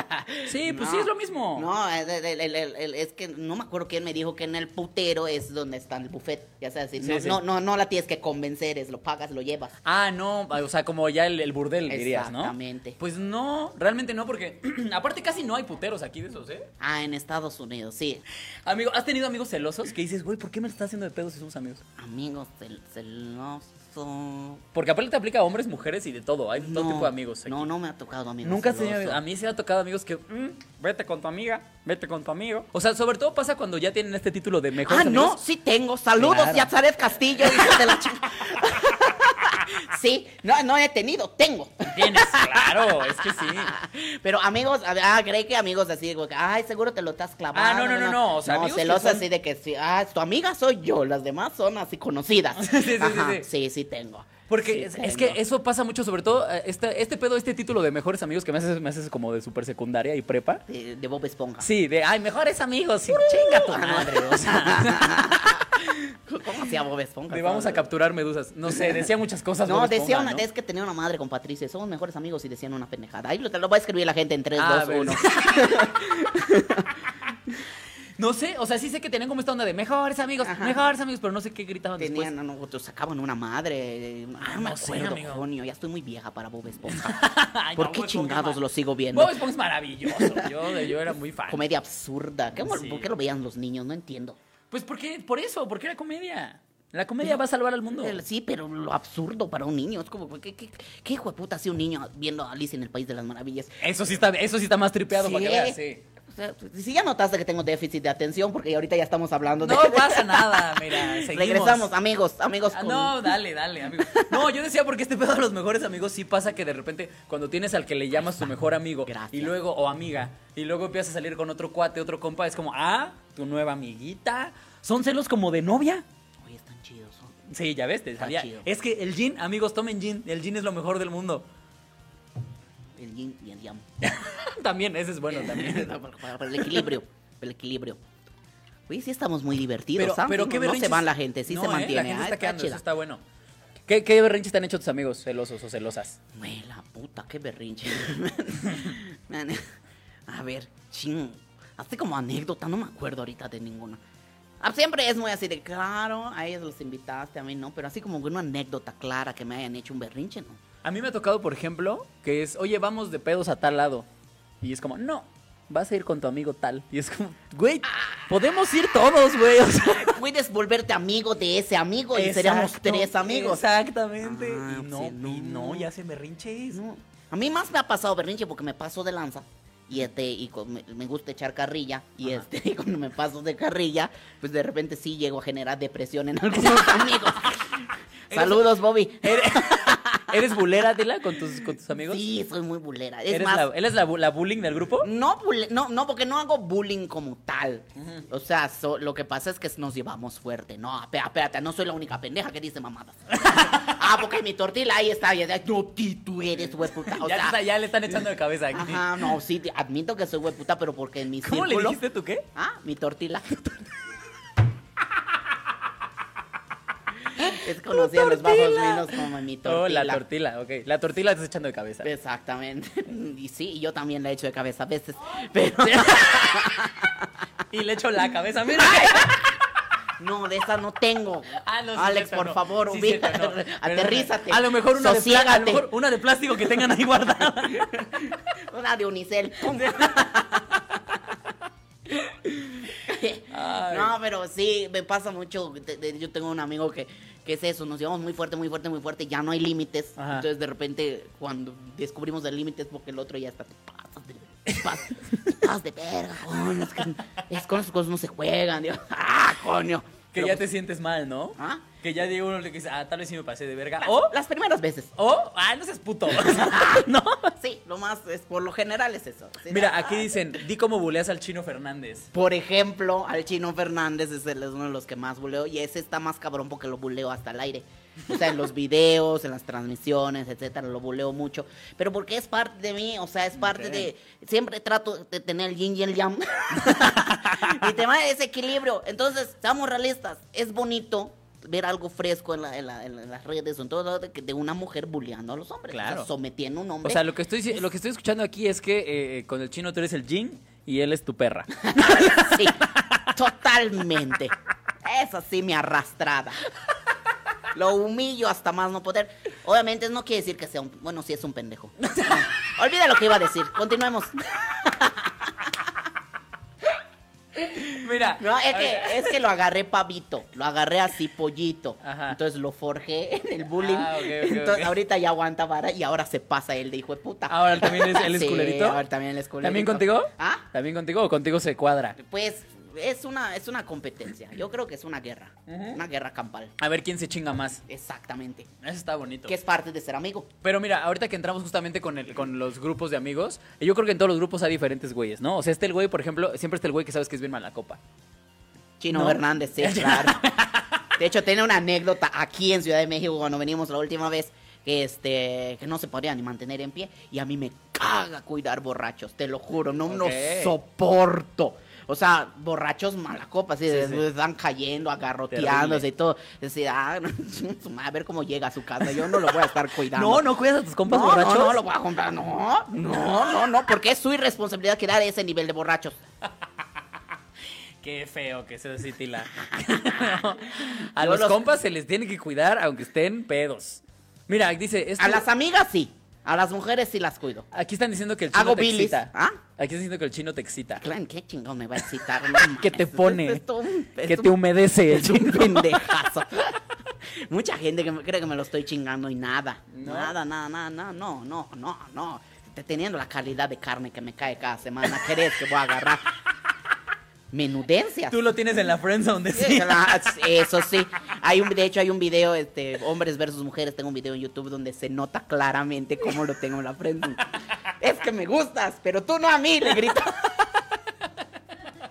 Sí, pues No. sí, es lo mismo. No, el- el- el- el- el- es que no me acuerdo quién me dijo que en el putero es donde está el buffet. Ya sabes, si Sí, no, sí. no, no, no la tienes que convencer, es lo pagas, lo llevas. Ah, no, o sea, como ya el, el burdel, dirías, ¿no? Exactamente. Pues no, realmente no, porque aparte casi no hay puteros aquí de esos, ¿eh? Ah, en Estados Unidos, sí. Amigo, ¿has tenido amigos celosos que dices, güey, ¿por qué me lo estás haciendo de pedo si somos amigos? Amigos del celoso. Porque aparte te aplica a hombres, mujeres y de todo. Hay todo No, tipo de amigos. aquí. No, no me ha tocado amigos. Nunca has celoso. Ah, tenido amigos. A mí se me ha tocado amigos que, "Mm, vete con tu amiga, vete con tu amigo. O sea, sobre todo pasa cuando ya tienen este título de mejor. Ah, no, sí tengo. Saludos, Claro. Yazaret Castillo, hijo de la chica. sí, no, no he tenido, tengo. Tienes, claro, es que sí. Pero amigos, a- ah, creí que amigos así, como que, ay, seguro te lo estás clavando. Ah, no, no, no, no, o sea, amigos que celoso son- así de que, sí, ah, tu amiga soy yo, las demás son así conocidas. Sí, sí, sí, Ajá, sí. sí, sí tengo. Porque Sí es, es tengo. que eso pasa mucho, sobre todo eh, este, este pedo, este título de mejores amigos que me haces, me haces como de super secundaria y prepa. De, de Bob Esponja. Sí, de, ay, mejores amigos, y chinga tu madre, o sea, ¿Cómo hacía Bob Esponja? de vamos a capturar medusas. No sé, decía muchas cosas. No, Bob decía Esponja, una, ¿no? es que tenía una madre con Patricia, somos mejores amigos y decían una pendejada. Ahí lo, te lo va a escribir la gente en 3, Ah, 2, a ver. 1. No sé, o sea, sí sé que tenían como esta onda de mejores amigos, Ajá. mejores amigos, pero no sé qué gritaban Tenían, después. no, no, te sacaban una madre. eh, Ah, no me no sé, acuerdo, amigo. Jonio, ya estoy muy vieja para Bob Esponja. Ay, ¿Por no, qué Bob Esponja chingados es lo sigo viendo? Bob Esponja es maravilloso. Yo, de- yo era muy fan. Comedia absurda. ¿Qué, Sí. ¿Por qué lo veían los niños? No entiendo. Pues porque, por eso, porque era comedia. La comedia va a salvar al mundo. El- Sí, pero lo absurdo para un niño. Es como, ¿qué, qué, qué hijo de puta hace un niño viendo a Alicia en el País de las Maravillas? Eso sí está, eso sí está más tripeado para que veas, sí. O sea, pues, si ya notaste que tengo déficit de atención, porque ahorita ya estamos hablando de. No pasa nada, mira, seguimos. Regresamos, amigos, amigos. Ah, con- no, dale, dale, amigo. No, yo decía porque este pedo de los mejores amigos sí pasa que de repente cuando tienes al que le llamas tu mejor amigo Gracias. y luego o amiga y luego empiezas a salir con otro cuate, otro compa, es como, "Ah, tu nueva amiguita." Son celos como de novia. Oye, están chidos. ¿no? Sí, ya ves, te Está sabía. chido. Es que el gin, amigos, tomen gin. El gin es lo mejor del mundo. El yin y el yang. también, ese es bueno también. No, para- para- para el equilibrio. para El equilibrio. Oye, sí estamos muy divertidos. Pero, ¿ah? pero no, qué no berrinches. se van la gente, sí No, se ¿eh? mantiene. La gente ah, está quedando, chida. eso está bueno. ¿Qué, ¿Qué berrinches te han hecho tus amigos celosos o celosas? Güey, la puta, qué berrinche. Man, a ver, ching. Así como anécdota, no me acuerdo ahorita de ninguna. Ah, Siempre es muy así de, claro, a ellos los invitaste, a mí no, pero así como una anécdota clara que me hayan hecho un berrinche, ¿no? A mí me ha tocado, por ejemplo, que es, oye, vamos de pedos a tal lado. Y es como, no, vas a ir con tu amigo tal. Y es como, güey, podemos ir todos, güey. O sea, Puedes volverte amigo de ese amigo y seríamos Exacto, tres amigos. Exactamente. Ah, y no, sí, no, y no, no. ya se me rinches. No, A mí más me ha pasado berrinche porque me paso de lanza. Y, este, y con- me, me gusta echar carrilla. Y Ajá. este, y cuando me paso de carrilla, pues de repente sí llego a generar depresión en algunos amigos. Saludos, Bobby. ¿Eres, eres bulera, Dila, con tus, con tus amigos? Sí, soy muy bulera. Es ¿Eres, más, la, ¿eres la, bu- la bullying del grupo? no, bule- no, no, porque no hago bullying como tal. O sea, so- lo que pasa es que nos llevamos fuerte. No, espérate, espérate, no soy la única pendeja que dice mamadas. ah, porque mi tortilla ahí está. Y, no, ti, tú eres, hueputa. O ya, te sea, está- ya le están echando de cabeza aquí. Ajá, no, sí, te- admito que soy hueputa, pero porque en mi ¿Cómo le círculo- dijiste tú qué? Ah, mi tortila. es conocida en los bajos tortila. menos como mi tortila. Oh, la tortila, ok. La tortila te está echando de cabeza. Exactamente. Y sí, yo también la he hecho de cabeza a veces. Pero Y le echo la cabeza, mira. no, de esa no tengo. Ah, no, sí, Alex, cierto, por no. favor, Sí, cierto, ubica- no. Perdóname. aterrízate. A lo mejor una de pla- a lo Sosiégate. mejor una de plástico que tengan ahí guardada. Una de Unicel. pum. Ay. No, pero sí, me pasa mucho. de- de- yo tengo un amigo que, que es eso, nos llevamos muy fuerte, muy fuerte, muy fuerte, ya no hay límites. Ajá. Entonces de repente cuando descubrimos el límite es porque el otro ya está, te pasas de, te pas- te pasas de verga, coño, es, que, es con esas cosas no se juegan. Digo, ah, coño. Que Pero ya te pues- sientes mal, ¿no? ¿Ah? Que ya digo uno le dice, ah, tal vez sí me pasé de verga. O, Las primeras veces. o, ah, no seas puto. no. Sí, lo más, es, por lo general es eso. Sí, Mira, ah, aquí dicen, di cómo buleas al chino Fernández. Por ejemplo, al Chino Fernández es el- es uno de los que más buleo y ese está más cabrón porque lo buleo hasta el aire. O sea, en los videos, en las transmisiones, etcétera, lo buleo mucho. Pero porque es parte de mí, o sea, es parte Ok. de... Siempre trato de tener el yin y el yang. Mi tema es equilibrio. Entonces, seamos realistas, es bonito ver algo fresco en, la- en la- en las redes o en todo lado de, que- de una mujer bulleando a los hombres. O sea, Claro. sometiendo a un hombre. O sea, lo que estoy, dic- lo que estoy escuchando aquí es que eh, con el chino tú eres el yin y él es tu perra. Sí, totalmente. Esa sí me arrastrada. Lo humillo hasta más no poder. Obviamente no quiere decir que sea un... Bueno, sí es un pendejo. No, olvida lo que iba a decir. Continuemos. Mira. No, es a ver. que, es que lo agarré pavito. Lo agarré así pollito. Ajá. Entonces lo forjé en el bullying. Ah, ok, ok, Entonces, ok. Ahorita ya aguanta vara y ahora se pasa el de hijo de puta. Ah, Ahora también es- él es Sí, culerito. ahora también él es culerito. ¿También contigo? ¿Ah? ¿También contigo o contigo se cuadra? Pues es una, es una competencia. Yo creo que es una guerra. Una guerra campal. A ver quién se chinga más. Exactamente. Eso está bonito. Que es parte de ser amigo. Pero mira, ahorita que entramos justamente con, el, con los grupos de amigos, yo creo que en todos los grupos hay diferentes güeyes, ¿no? O sea, este el güey, por ejemplo, siempre está el güey que sabes que es bien mala copa. Chino ¿No? Hernández, sí, claro. De hecho, tiene una anécdota aquí en Ciudad de México cuando venimos la última vez que este que no se podía ni mantener en pie y a mí me caga cuidar borrachos, te lo juro, no no Ok. soporto. O sea, borrachos mala copa, así, Sí, sí. están cayendo, agarroteándose y todo. Decir, ah, su madre, a ver cómo llega a su casa, yo no lo voy a estar cuidando. Ah, No, no cuidas a tus compas no, borrachos. No, no, lo voy a comprar. No, no, no, no, porque es su irresponsabilidad quedar a ese nivel de borrachos. Qué feo que sea así, Tila. No. A Yo los, los- compas se les tiene que cuidar aunque estén pedos. Mira, dice, esto- A las amigas sí, a las mujeres sí las cuido. aquí están diciendo que el chino Hago te bilis, excita. ¿ah? Aquí están diciendo que el chino te excita. Clan, qué chingón me va a excitar. Que te pone, Que que te humedece el Es un chino. pendejazo. Mucha gente que me- cree que me lo estoy chingando y nada. No. Nada, nada, nada, nada, no, no, no, no. Te- Teniendo la calidad de carne que me cae cada semana, ¿querés que voy a agarrar? Menudencias. Tú lo tienes en la friendzone, Sí, decía. la- Eso sí. Hay un, de hecho, hay un video, este, hombres versus mujeres. Tengo un video en YouTube donde se nota claramente cómo lo tengo en la frente. Es que me gustas, pero tú no a mí, le grito.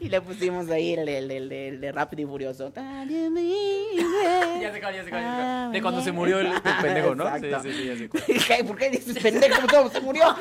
Y le pusimos ahí el, el, el- el de Rápido y Furioso. Ya sé cuál, ya sé cuál, ya sé cuál. De cuando se murió el, el pendejo, ¿no? Sí, Exacto. sí, sí, ya sé cuál. ¿Qué? ¿Por qué dices pendejo? ¿Cómo se murió?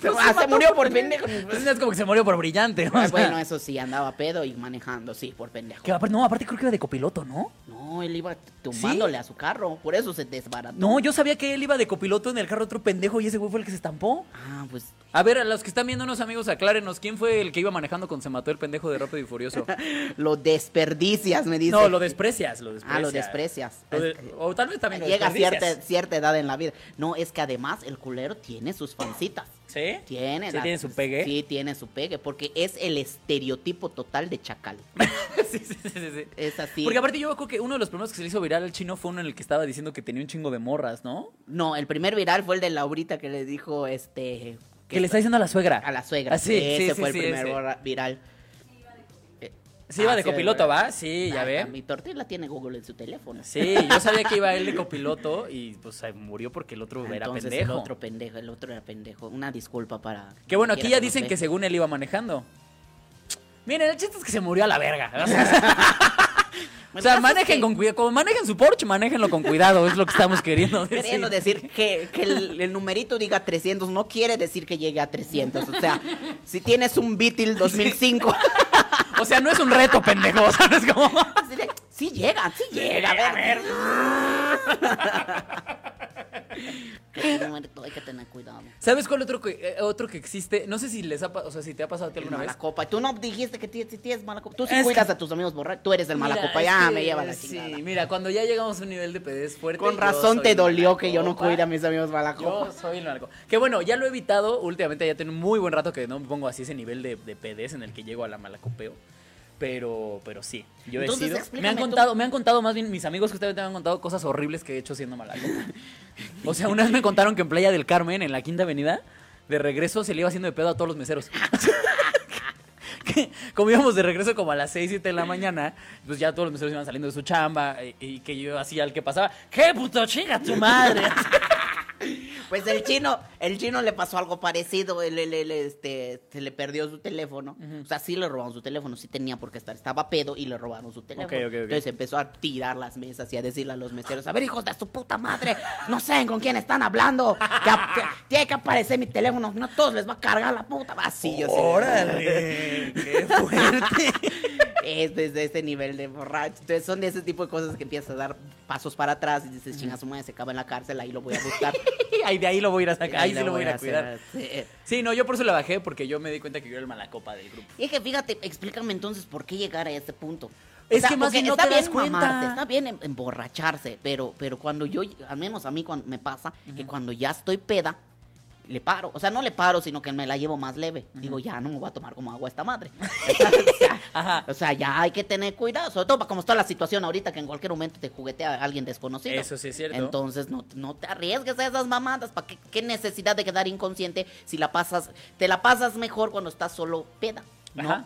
Se, ah, se murió por pendejo. Pues no es como que se murió por brillante. o Ah, sea. bueno, eso sí, andaba pedo y manejando, sí, por pendejo. Que aparte- no, aparte creo que iba de copiloto, ¿no? No, él iba tumbándole a su carro, por eso se desbarató. No, yo sabía que él iba de copiloto en el carro de otro pendejo y ese güey fue el que se estampó. Ah, pues A ver, a los que están viéndonos, amigos, aclárenos. ¿Quién fue el que iba manejando cuando se mató el pendejo de Rápido y Furioso? lo desperdicias, me dice. No, lo desprecias, lo desprecias. Ah, lo desprecias. Lo de- o tal vez también lo Llega a desperdicias. cierta, cierta edad en la vida. No, es que además el culero tiene sus fancitas. ¿Sí? Tiene. ¿Sí la- tiene su pegue? Sí, tiene su pegue, porque es el estereotipo total de chacal. sí, sí, sí, sí, sí. Es así. Porque aparte yo creo que uno de los primeros que se le hizo viral al chino fue uno en el que estaba diciendo que tenía un chingo de morras, ¿no? No, el primer viral fue el de Laurita que le dijo, este... Que le está diciendo a la suegra. A la suegra. Ah, sí, Ese sí, sí, fue sí, el primer ese. borra- viral. Sí, iba Ah, de sí, copiloto, ¿va? Sí, ya Ah, ve. Mi tortilla tiene Google en su teléfono. Sí, yo sabía que iba él de copiloto y pues se murió porque el otro era Entonces, pendejo. El otro pendejo, el otro era pendejo. Una disculpa para. Que bueno, aquí cualquiera ya dicen nos que ve. según él iba manejando. Miren, el chiste es que se murió a la verga. O sea, o sea, El caso es manejen que- con cuidado. Como manejen su Porsche, manéjenlo con cuidado. Es lo que estamos queriendo decir. Queriendo decir que, que el, el numerito diga 300 no quiere decir que llegue a 300. O sea, si tienes un Beetle 2005, O sea, no es un reto, pendejo. O sea, no es como... así de, sí llega, sí llega. A ver. Hay que tener- hay que tener cuidado. ¿Sabes cuál otro que, eh, otro que existe? No sé si les ha pa- o sea, si te ha pasado a ti alguna mala vez. copa. Tú no dijiste que ti- si tienes mala copa. Tú sí Es cuidas que- a tus amigos borrachos. Tú eres el mala Mira, copa. es Ya que, me lleva la sí, chingada. mira, cuando ya llegamos a un nivel de pedez fuerte. Con yo razón soy te mala dolió que yo no copa. cuide a mis amigos mala copa. Yo soy el narco. Que bueno, ya lo he evitado. Últimamente ya tengo muy buen rato que no me pongo así ese nivel de, de pedez en el que llego a la malacopeo. Pero, pero sí, yo he Entonces, sido. Me han explícame tú. contado, me han contado más bien mis amigos justamente me han contado cosas horribles que he hecho siendo malacopa. O sea, una vez me contaron que en Playa del Carmen, en la Quinta Avenida, de regreso se le iba haciendo de pedo a todos los meseros. que como íbamos de regreso como a las 6, 7 de la mañana, pues ya todos los meseros iban saliendo de su chamba eh, y, que yo hacía el que pasaba, ¡qué puto chinga tu madre! Pues el chino, el chino le pasó algo parecido, él, él- él, este, se le perdió su teléfono. O sea, sí le robaron su teléfono, sí tenía por qué estar, estaba pedo y le robaron su teléfono. Ok, ok, ok. Entonces empezó a tirar las mesas y a decirle a los meseros, a ver, hijos de su puta madre, no saben con quién están hablando, que ap- que- tiene que aparecer mi teléfono, no todos les va a cargar la puta. Así yo sí. ¡Órale! ¡Qué fuerte! Es desde ese nivel de borracho. Entonces son de ese tipo de cosas que empiezas a dar pasos para atrás y dices, chinga su madre, se acaba en la cárcel, ahí lo voy a buscar. Ahí de ahí lo voy a ir a sacar, ahí sí la lo voy a ir a hacer, cuidar. sí. Sí, no, yo por eso la bajé porque yo me di cuenta que yo era el malacopa del grupo. Y es que fíjate, explícame entonces por qué llegar a este punto. Es sea, que más porque bien no está te bien das cuenta. mamarte, está bien em- emborracharse, pero, pero cuando yo, al menos a mí cuando me pasa, que cuando ya estoy peda, le paro. O sea, no le paro, sino que me la llevo más leve. Digo, ya no me voy a tomar como agua esta madre. o, sea, Ajá. o sea, ya hay que tener cuidado, sobre todo para como está la situación ahorita, que en cualquier momento te juguetea a alguien desconocido. Eso sí es cierto. Entonces, no, no te arriesgues a esas mamadas. ¿Para qué, qué necesidad de quedar inconsciente si la pasas, te la pasas mejor cuando estás solo peda? No, Ajá.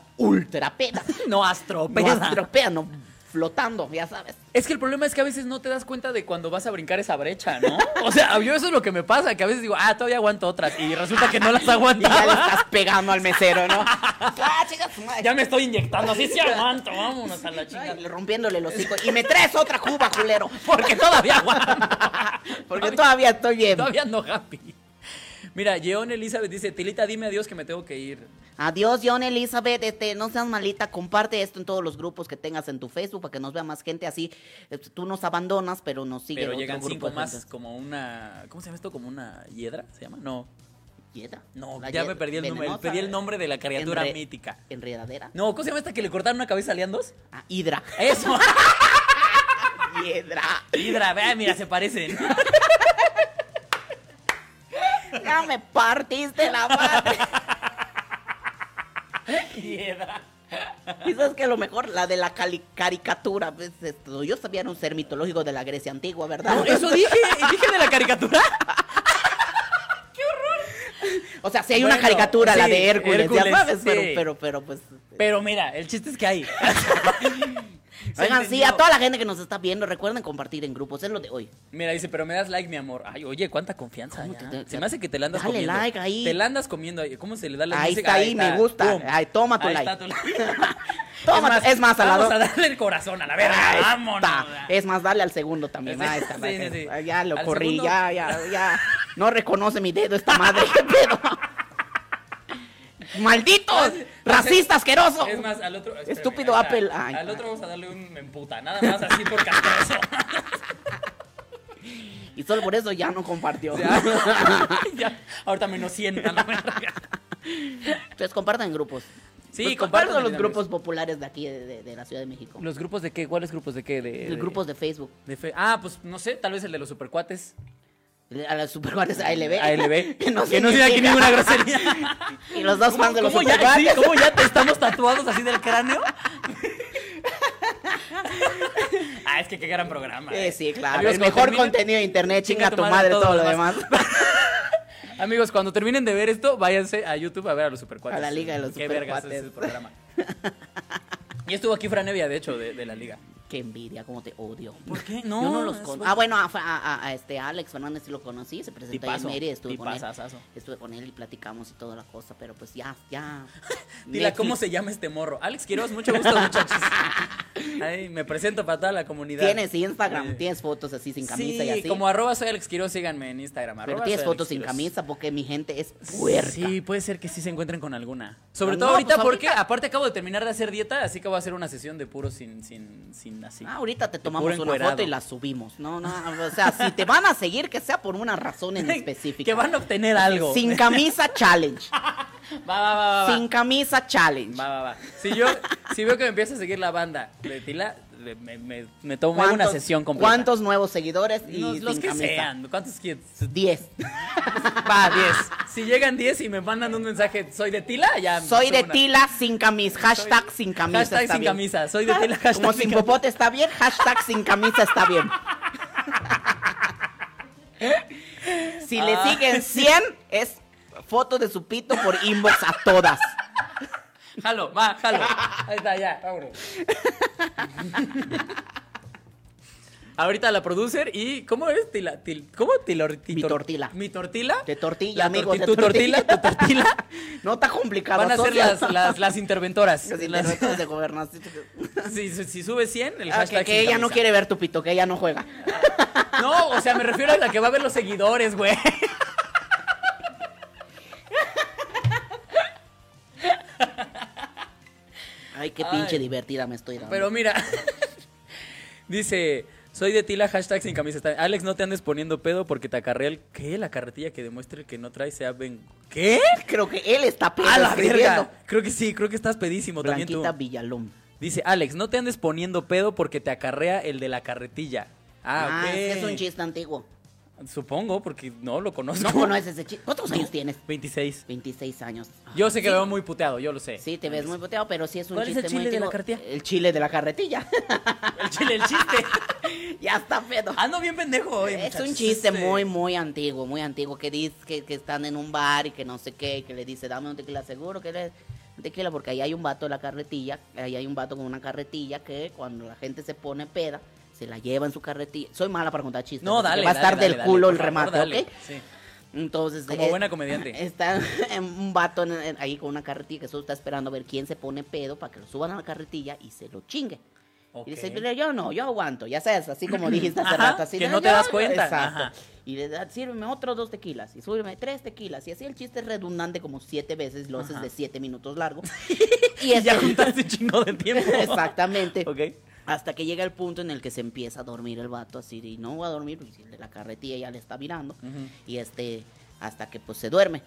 ultra peda. No astropeda. No astropea, no flotando, ya sabes. Es que el problema es que a veces no te das cuenta de cuando vas a brincar esa brecha, ¿no? O sea, yo eso es lo que me pasa, que a veces digo, ah, todavía aguanto otras y resulta que no las Y ya le aguantaba. estás pegando al mesero, ¿no? ah, chicas, Ya me estoy inyectando, así sí aguanto, vámonos a la chingada. rompiéndole el hocico. Y me traes otra cuba, culero. Porque todavía aguanto, Porque todavía estoy bien. todavía no happy. Mira, Jeon Elizabeth dice, Tilita, dime adiós que me tengo que ir. Adiós, John Elizabeth. Este, no seas malita. Comparte esto en todos los grupos que tengas en tu Facebook para que nos vea más gente. Así eh, tú nos abandonas, pero nos sigue Pero otro llegan grupo cinco de más, gente. como una, ¿cómo se llama esto? Como una hiedra, ¿se llama? No, Hiedra. no, La ya hied- me perdí el nombre, venenosa, eh, pedí el nombre de la criatura enre- mítica. Enredadera. No, ¿cómo se llama esta que le cortaron una cabeza a Leandos? Ah, hidra. Eso. Hiedra. Hidra, vea, mira, se parecen. Ya me partiste la madre. Hidra. Y sabes que lo mejor, la de la cali- caricatura, pues, esto, yo sabía era un ser mitológico de la Grecia antigua, ¿verdad? No, eso dije, dije de la caricatura. o sea, sí hay una Bueno, caricatura, la sí, de Hércules, Hércules, ya sabes, sí. pero, pero, pero, pues. Pero mira, el chiste es que hay. Se Oigan, sí, entendió. a toda la gente que nos está viendo, recuerden compartir en grupos, es lo de hoy. Mira, dice, pero me das like, mi amor. Ay, oye, cuánta confianza. ¿Cómo ya. te- te- se me hace que te la andas Dale comiendo. like ahí. Te la andas comiendo. ahí. ¿Cómo se le da like? Ahí Dice, está, ahí, me gusta. Ahí, toma tu Ahí like. está tu like. Toma, es más, a la Vamos do- a darle el corazón, a la verga. Ahí está. Eh, Vámonos. Es más, dale al segundo también. Sí, ahí está, sí, ahí sí, está. Ah, sí. Ya lo Al corrí, segundo. ya, ya, ya. No reconoce mi dedo esta madre, qué pedo. ¡Malditos! ¡Racista asqueroso! Es más, al otro. espérame, Estúpido ahí está. Apple. Ay, al no. otro vamos a darle un en puta. Nada más así por castroso. Y solo por eso ya no compartió. Ya, Ahorita menos sientan. la verga. Entonces compartan en grupos. Sí, Pues, compartan, compartan los amigos. grupos populares de aquí, de, de- de la Ciudad de México. ¿Los grupos de qué? ¿Cuáles grupos de qué? De, Los grupos de Facebook. de fe- Ah, pues no sé, tal vez el de los supercuates. A las superguardias ALB. ALB. que no, que no diga aquí significa- ninguna grosería. Y los dos fans de los ¿Cómo ya, sí, superguardias. ¿Cómo ya te estamos tatuados así del cráneo? ah, es que qué gran programa. Sí, eh. sí, claro. Amigos, el cuando mejor terminen- contenido de internet, chinga, Chinga tu madre, todo lo demás. Amigos, cuando terminen de ver esto, váyanse a YouTube a ver a los supercuates. A la Liga de los Qué vergas es Supercuates. ese programa. Y estuvo aquí Franevia, de hecho, de, de la liga. Qué envidia, cómo te odio. ¿Por qué? No, No, Yo no los es conozco. bueno. Ah, bueno, a, a- a- a este Alex Fernández sí lo conocí, se presentó ahí en Tipazo, Mérida, estuve con él. tipazazazo. Estuve con él y platicamos y toda la cosa, pero pues ya, ya. Dila, Netflix. ¿cómo se llama este morro? Alex Quiroz, mucho gusto, muchachos. Ay, me presento para toda la comunidad. Tienes Instagram, Sí. tienes fotos así sin camisa Eh, sí, y así. como arroba soy Alex Quiroz, síganme en Instagram. pero arroba tienes soy Alex fotos sin Quiroz. camisa porque mi gente es puerca. Sí, puede ser que sí se encuentren con alguna. Sobre No, todo no, ahorita, pues porque ahorita. aparte acabo de terminar de hacer dieta, así que voy a hacer una sesión de puro sin, sin, sin así. Ah, ahorita te De tomamos puro una encuerado. foto y la subimos. No, no, o sea, si te van a seguir, que sea por una razón en específica. que van a obtener algo. Sin camisa challenge. Va, va, va, va, va. Sin camisa challenge. Va, va, va. Si yo, si veo que me empieza a seguir la banda de Tila, le- me, me, me tomo ¿Cuántos- una sesión completa. ¿Cuántos nuevos seguidores y Los, los sin que camisa? sean. ¿Cuántos kids? 10. Va, 10. Si llegan 10 y me mandan un mensaje, soy de Tila, ya. Soy subo de una- Tila sin camisa. Hashtag Soy- sin camisa. Hashtag está sin bien. camisa. Soy de Tila, hashtag Como sin sin camisa. popote está bien, hashtag sin camisa está bien. Si le Ah. siguen 100, es foto de su pito por inbox a todas. Jalo, ma, jalo. Ahí está, ya, vámonos. Ahorita la producer y ¿cómo es? Tila- til- ¿Cómo? Tilor- titor- Mi tortila. Mi tortila. De tortilla, La amigos, torti- de tu tortila, tu tortila. No está complicado. Van a ser socia. las, las, las interventoras. Los Las- interventos de gobernación. si, si- si sube 100, el Ah, hashtag. que, que sin ella no camisa. quiere ver tu pito, que ella no juega. No, o sea, me refiero a la que va a ver los seguidores, güey. Ay, qué Ay. pinche divertida me estoy dando. Pero mira, dice, soy de Tila, hashtag sin camiseta. Alex, no te andes poniendo pedo porque te acarrea el... ¿Qué? La carretilla que demuestre que no trae sea ven... ¿Qué? Creo que él está pedo ¡A la escribiendo. verga! Creo que sí, creo que estás pedísimo Blanquita también tú. Villalón. Dice, Alex, no te andes poniendo pedo porque te acarrea el de la carretilla. Ah, Ah, ok. es que es un chiste antiguo. Supongo, porque no lo conozco. No conoces ese chiste. ¿Cuántos años tienes? 26. 26 años. Ah, Yo sé que me veo muy puteado, yo lo sé. Sí, te ves muy boteado, pero sí es un ¿Cuál es el chiste muy chile de la antiguo. carretilla? El chile de la carretilla. El chile, el chiste. ya está pedo. Ando bien pendejo hoy, es muchachos. un chiste Este- muy, muy antiguo, muy antiguo, que dice que, que están en un bar y que no sé qué, y que le dice, dame un tequila seguro, que le un tequila, porque ahí hay un vato de la carretilla, ahí hay un vato con una carretilla que cuando la gente se pone peda, se la lleva en su carretilla. Soy mala para contar chistes. No, así que dale. Va a dale, estar dale, del dale, culo por el favor, remate, dale, ¿ok? sí. Entonces, eh, Como buena comediante. Está un vato en- en- ahí con una carretilla que solo está esperando a ver quién se pone pedo para que lo suban a la carretilla y se lo chingue. Ok. Y dice, "Mira, yo no, yo aguanto, ya sabes, así como dijiste hace Ajá, rato. Así, que "Ah, no te ya". das cuenta, Exacto. ajá. Y le da, sírveme otros dos tequilas, y súbeme tres tequilas. Y así el chiste es redundante como siete veces, lo haces Ajá. de siete minutos largo. Y ya juntaste un chingo de tiempo. Exactamente. Ok. Hasta que llega el punto en el que se empieza a dormir el vato así de, y no va a dormir porque el de la carretilla ya le está mirando Ujú. y este hasta que pues se duerme.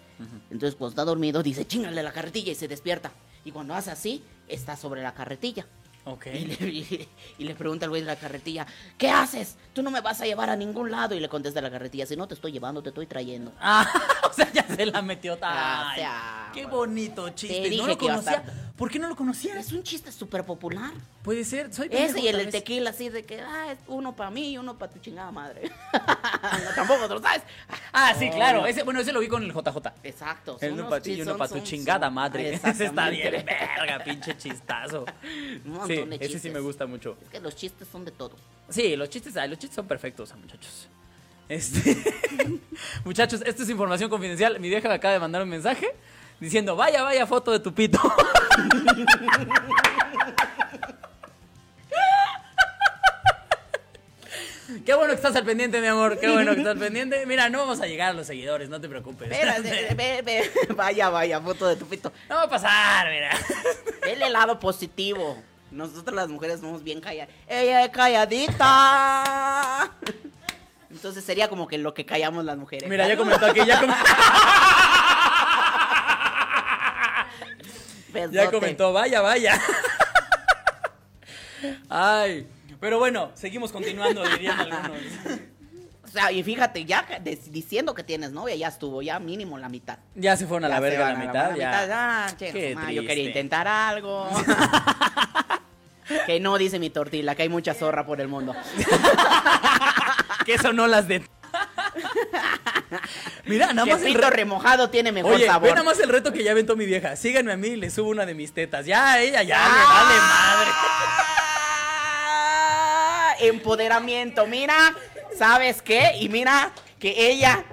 Entonces cuando está dormido dice chingale la carretilla y se despierta y cuando hace así está sobre la carretilla. Ok. Y le, y le pregunta al güey de la carretilla, ¿qué haces? Tú no me vas a llevar a ningún lado. Y le contesta la carretilla, si no te estoy llevando, te estoy trayendo. Ah, o sea, ya se la metió Ah, tan. o sea, qué bueno. bonito chiste. Te no dije lo que iba a conocía. estar. ¿Por qué no lo conocías? Es un chiste súper popular. Puede ser. Soy pendejo Ese y el tal del vez. tequila así de que, ah, es uno para mí y uno para tu chingada madre. no, tampoco, ¿tú lo sabes? Ah, sí, claro. Ese, bueno, ese lo vi con el JJ. Exacto. son El uno unos para ti y chis- uno son- para tu son- chingada son- Ah, madre. Ese está Exactamente. bien, verga, pinche chistazo. Un montón Sí, de ese sí chistes. me gusta mucho. Es que los chistes son de todo. Sí, los chistes, ay, los chistes son perfectos, ah, muchachos. Este, muchachos, esto es información confidencial. Mi vieja me acaba de mandar un mensaje diciendo, vaya, vaya foto de tu pito. Qué bueno que estás al pendiente, mi amor. Qué bueno que estás al pendiente. Mira, no vamos a llegar a los seguidores, no te preocupes. Espera, ve- ve- ve- vaya, vaya, foto de tu pito. No va a pasar, mira. Dele el lado positivo. Nosotras las mujeres somos bien calladas. Ella es calladita. Entonces sería como que lo que callamos las mujeres. Mira, ya comentó aquí, ya, com- Besote. ya comentó, vaya, vaya. Ay, pero bueno, seguimos continuando, dirían algunos. O sea, y fíjate, ya ca- des- diciendo que tienes novia, ya estuvo, ya mínimo la mitad. Ya se fueron a la Ya se verga van la a mitad, buena ya. Ah, che, Qué ma, yo triste. quería intentar algo. que no dice mi tortilla, que hay mucha zorra por el mundo. Que eso no las de. Mira, nada que más el pito reto. remojado tiene mejor Oye, ve sabor. nada más el reto que ya aventó mi vieja. Síganme a mí y le subo una de mis tetas. Ya, ella, ya, le vale madre. Ah, Empoderamiento, mira, ¿sabes qué? Y mira que ella.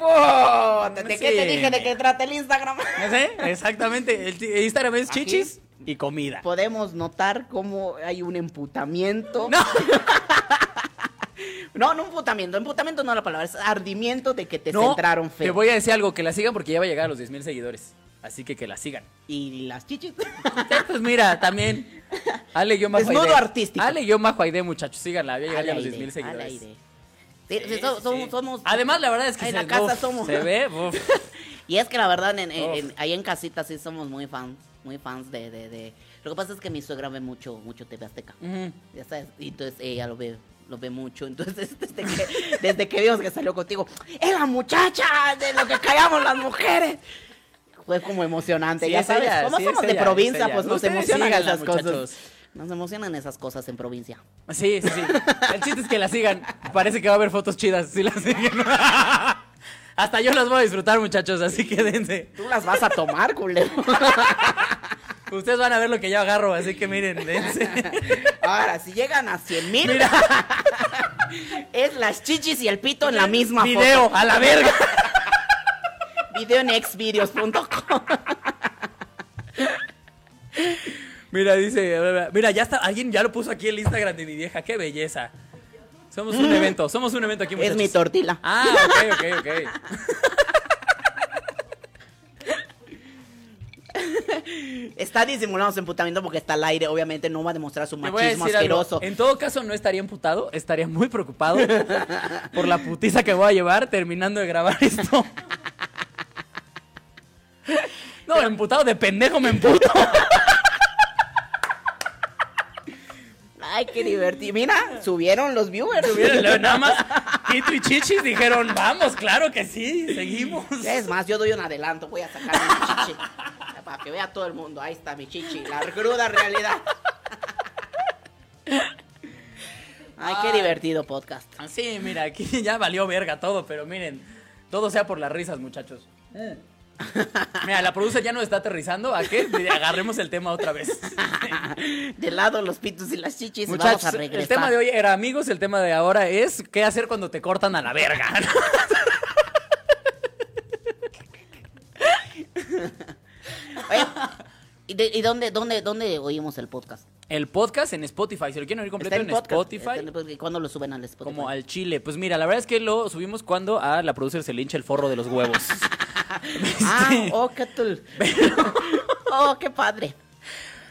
¡Oh! ¿De qué te Sí. dije de que trata el Instagram? No sé, exactamente. El t- Instagram es Aquí. chichis y comida. Podemos notar cómo hay un emputamiento. No, No, no emputamiento. Emputamiento no es la palabra, es ardimiento de que te no. centraron feo. Te voy a decir algo, que la sigan porque ya va a llegar a los 10 mil seguidores. Así que que la sigan. Y las chichis. Ya, Pues mira, también. Ale yo Majo Desnudo Aide. artístico. Ale yo Majo Aide, muchachos, síganla, ya a llegar ya a los Al 10 mil aire, al seguidores. aire. Sí, Sí, sí, so- sí, somos- sí. somos- Además, la verdad es que en se, la casa uf, somos- se ve. uf. Y es que la verdad, en- en- en- Uf. ahí en casita sí somos muy fans, muy fans de, de, de- Lo que pasa es que mi suegra ve mucho, mucho TV Azteca. Ujú. Ya sabes, y entonces ella lo ve, lo ve mucho. Entonces, desde que, desde que vimos que salió contigo, es la muchacha de lo que callamos las mujeres. Fue como emocionante, Sí, ya es sabes, ella, como sí, es somos de ella, es provincia, ella. pues nos Ustedes emocionan síganla, esas muchachos. cosas. Nos emocionan esas cosas en provincia. Sí, sí, sí. El chiste es que la sigan. Parece que va a haber fotos chidas si la siguen. Hasta yo las voy a disfrutar, muchachos, así que dense. Tú las vas a tomar, culero. Ustedes van a ver lo que yo agarro, así que miren, dense. Ahora, si llegan a 100 mil, es las chichis y el pito en la misma Video, foto. a la verga. Video en xvideos.com. Mira, dice, bla, bla. mira, ya está, alguien ya lo puso aquí en el Instagram de mi vieja, qué belleza. Somos un evento, somos un evento aquí, Es muchachos. mi tortila. Ah, ok, ok, ok. Está disimulando su emputamiento porque está al aire. Obviamente no va a demostrar su Te voy a machismo decir algo. asqueroso. En todo caso, no estaría emputado, estaría muy preocupado por la putiza que voy a llevar terminando de grabar esto. No, emputado de pendejo me emputo. Ay, qué divertido. Mira, subieron los viewers. Miren, luego Nada más, Tito y Chichis dijeron, vamos, claro que sí, seguimos. Es más, yo doy un adelanto. Voy a sacar mi chichi. Para que vea todo el mundo. Ahí está mi chichi. La cruda realidad. Ay, qué divertido podcast. Sí, mira, aquí ya valió verga todo, pero miren, todo sea por las risas, muchachos. Eh. Mira, la producer ya nos está aterrizando, ¿a qué? Agarremos el tema otra vez. De lado los pitos y las chichis. Muchachos, vamos a regresar. el tema de hoy era amigos, el tema de ahora es qué hacer cuando te cortan a la verga. Oye, ¿Y, de- y dónde, dónde, dónde oímos el podcast? El podcast en Spotify, si lo quieren oír está completo en en, podcast, Spotify, está en podcast. ¿Cuándo lo suben al Spotify? como al chile. Pues mira, la verdad es que lo subimos cuando a la producer se le hincha el forro de los huevos. Ah, Este, oh, qué tul- oh, qué padre.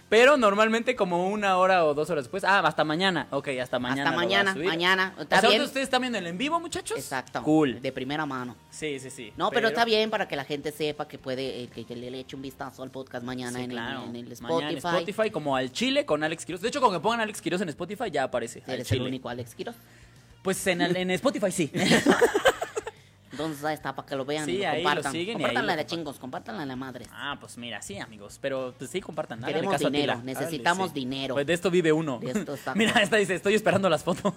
Pero normalmente como una hora o dos horas después. Ah, hasta mañana. Ok, hasta mañana. Hasta lo va a mañana, subir. mañana. O ¿Está sea, bien? ustedes están viendo el en vivo, muchachos. Exacto. Cool. De primera mano. Sí, sí, sí. No, pero, está bien para que la gente sepa que puede, eh, que, que le eche un vistazo al podcast mañana Sí, en, el- claro. en el Spotify. Mañana en Spotify, como al Chile con Alex Quiroz. De hecho, con que pongan Alex Quiroz en Spotify ya aparece. al Eres el Chile. único Alex Quiroz. Pues en, el- en Spotify sí. Entonces ahí está para que lo vean Sí, y lo ahí lo compartan. siguen y ahí Compártanla lo a la chingos, compártanla a la madre. ah, pues mira, sí, amigos. Pero pues sí, compartan. háganle Queremos caso a dinero, Tila. necesitamos Háganle, sí. dinero. Pues de esto vive uno. De esto está- mira, esta dice, estoy esperando las fotos.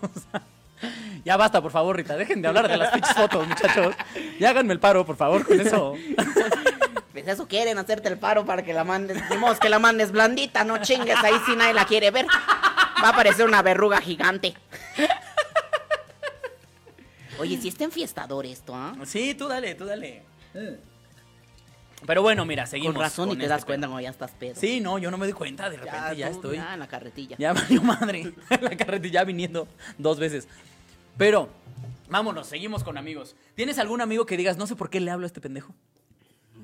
ya basta, por favor, Rita. Dejen de hablar de las pinches fotos, muchachos. Ya háganme el paro, por favor, con eso. Pues eso quieren hacerte el paro para que la mandes, ni modo que la mandes blandita, no chingues, ahí si nadie la quiere ver. Va a aparecer una verruga gigante. Oye, si está enfiestador esto, ¿ah? sí, tú dale, tú dale. Pero bueno, mira, seguimos. Con razón y te este das tema. cuenta cuando ya estás pedo. Sí, no, yo no me doy cuenta, de repente ya, tú, estoy. ya en la carretilla. Ya valió madre. la carretilla viniendo dos veces. Pero, vámonos, seguimos con amigos. ¿Tienes algún amigo que digas, no sé por qué le hablo a este pendejo?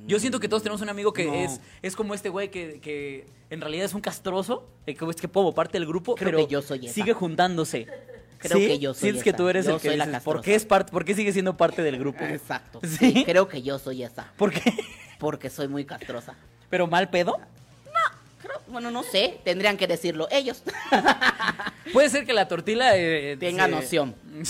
Yo siento que todos tenemos un amigo que No. es, es como este güey que, que en realidad es un castroso, eh, que es que pobo parte del grupo, Creo pero que yo soy esa. sigue juntándose. Creo que yo soy Sientes que esa. tú eres Yo el que soy la dices, ¿por castrosa. qué, es parte, ¿por qué sigue siendo parte del grupo? Exacto. ¿Sí? Sí, Creo que yo soy esa, ¿Por qué? porque soy muy castrosa. ¿Pero mal pedo? Creo- bueno, no sé, tendrían que decirlo ellos. Puede ser que la tortila... eh, Tenga se- noción. No,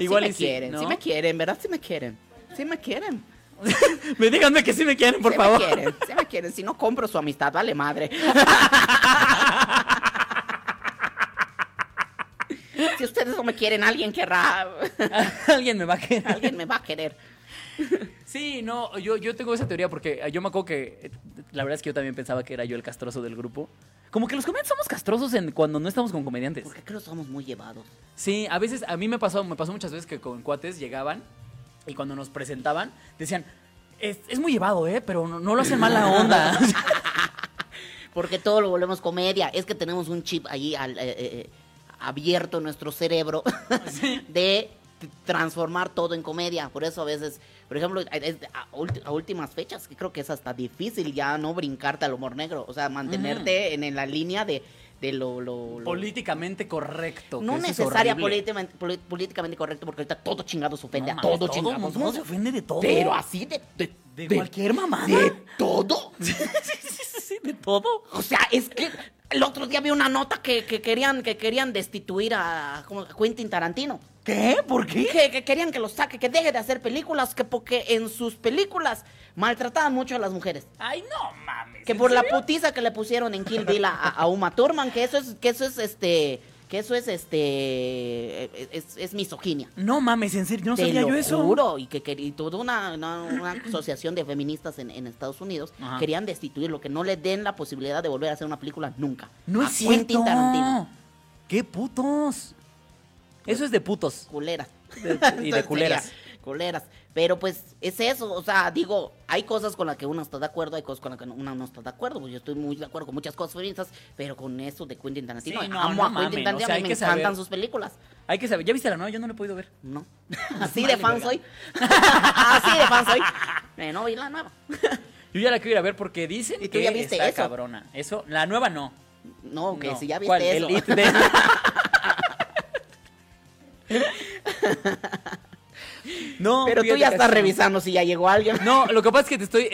Igual sí me y sí, quieren, sí ¿no? me quieren, ¿verdad? Sí me quieren. Sí me quieren. Me díganme que sí me quieren, por sí favor. me quieren, sí me quieren. Si no compro su amistad, vale madre. si ustedes no me quieren, alguien querrá. Alguien me va a querer. alguien me va a querer. Sí, no, yo, yo tengo esa teoría porque eh, yo me acuerdo que eh, la verdad es que yo también pensaba que era yo el castroso del grupo. Como que los comediantes somos castrosos en, cuando no estamos con comediantes. Porque creo que somos muy llevados. Sí, a veces, a mí me pasó, me pasó muchas veces que con cuates llegaban y cuando nos presentaban decían, es, es muy llevado, ¿eh? Pero no, no lo hacen mala onda. Porque todo lo volvemos comedia. Es que tenemos un chip ahí al- eh, eh, eh, abierto en nuestro cerebro de t- transformar todo en comedia. Por eso a veces, por ejemplo, a- es- a, ulti- a últimas fechas, que creo que es hasta difícil ya no brincarte al humor negro. O sea, mantenerte Mm. en, en la línea de, de lo... lo- lo- Políticamente correcto. no que eso es necesaria horrible. políticamente, poli- políticamente correcto, porque ahorita todo chingado se ofende No a mames, todo, todo chingado. mundo se ofende de todo. Pero así de, de, De, de- cualquier mamada. de todo. Sí, sí, sí, sí, de todo. O sea, es que el otro día vi una nota que, que querían que querían destituir a, como a Quentin Tarantino. ¿Qué? ¿Por qué? Que, que querían que lo saque, que deje de hacer películas, que porque en sus películas maltrataban mucho a las mujeres. Ay, no mames. Que ¿en por la serio? putiza que le pusieron en Kill Bill a, a Uma Thurman, que eso es que eso es este Que eso es, este, es, es misoginia. No mames, en serio, no Te sabía lo yo eso. juro, y que, que- y toda una, una- una asociación de feministas en, en Estados Unidos Ajá. querían destituirlo, que no le den la posibilidad de volver a hacer una película nunca. No A es Quentin cierto. Tarantino. ¡Qué putos! Eso es de putos. Culeras. y de culeras. Sería Culeras. Pero pues es eso, o sea, digo, hay cosas con las que uno está de acuerdo, hay cosas con las que uno no está de acuerdo. Pues yo estoy muy de acuerdo con muchas cosas feministas, pero con eso de Quentin Tarantino, Sí, no, amo no a Quentin mamen, o Tarantino, sea, a hay mí me que saber. encantan sus películas. Hay que saber. ¿Ya viste la nueva? Yo no la he podido ver. No. Así Vale, de fan verga. soy. Así de fan soy. Eh, no vi la nueva. Yo ya la quiero ir a ver porque dicen ¿Y tú que ya viste está eso? cabrona. Eso, la nueva no. No, que No. si ya viste ¿Cuál? eso. El It de- no, Pero tú fíjate ya que estás así no. revisando si ya llegó alguien. No, lo que pasa es que te estoy. eh,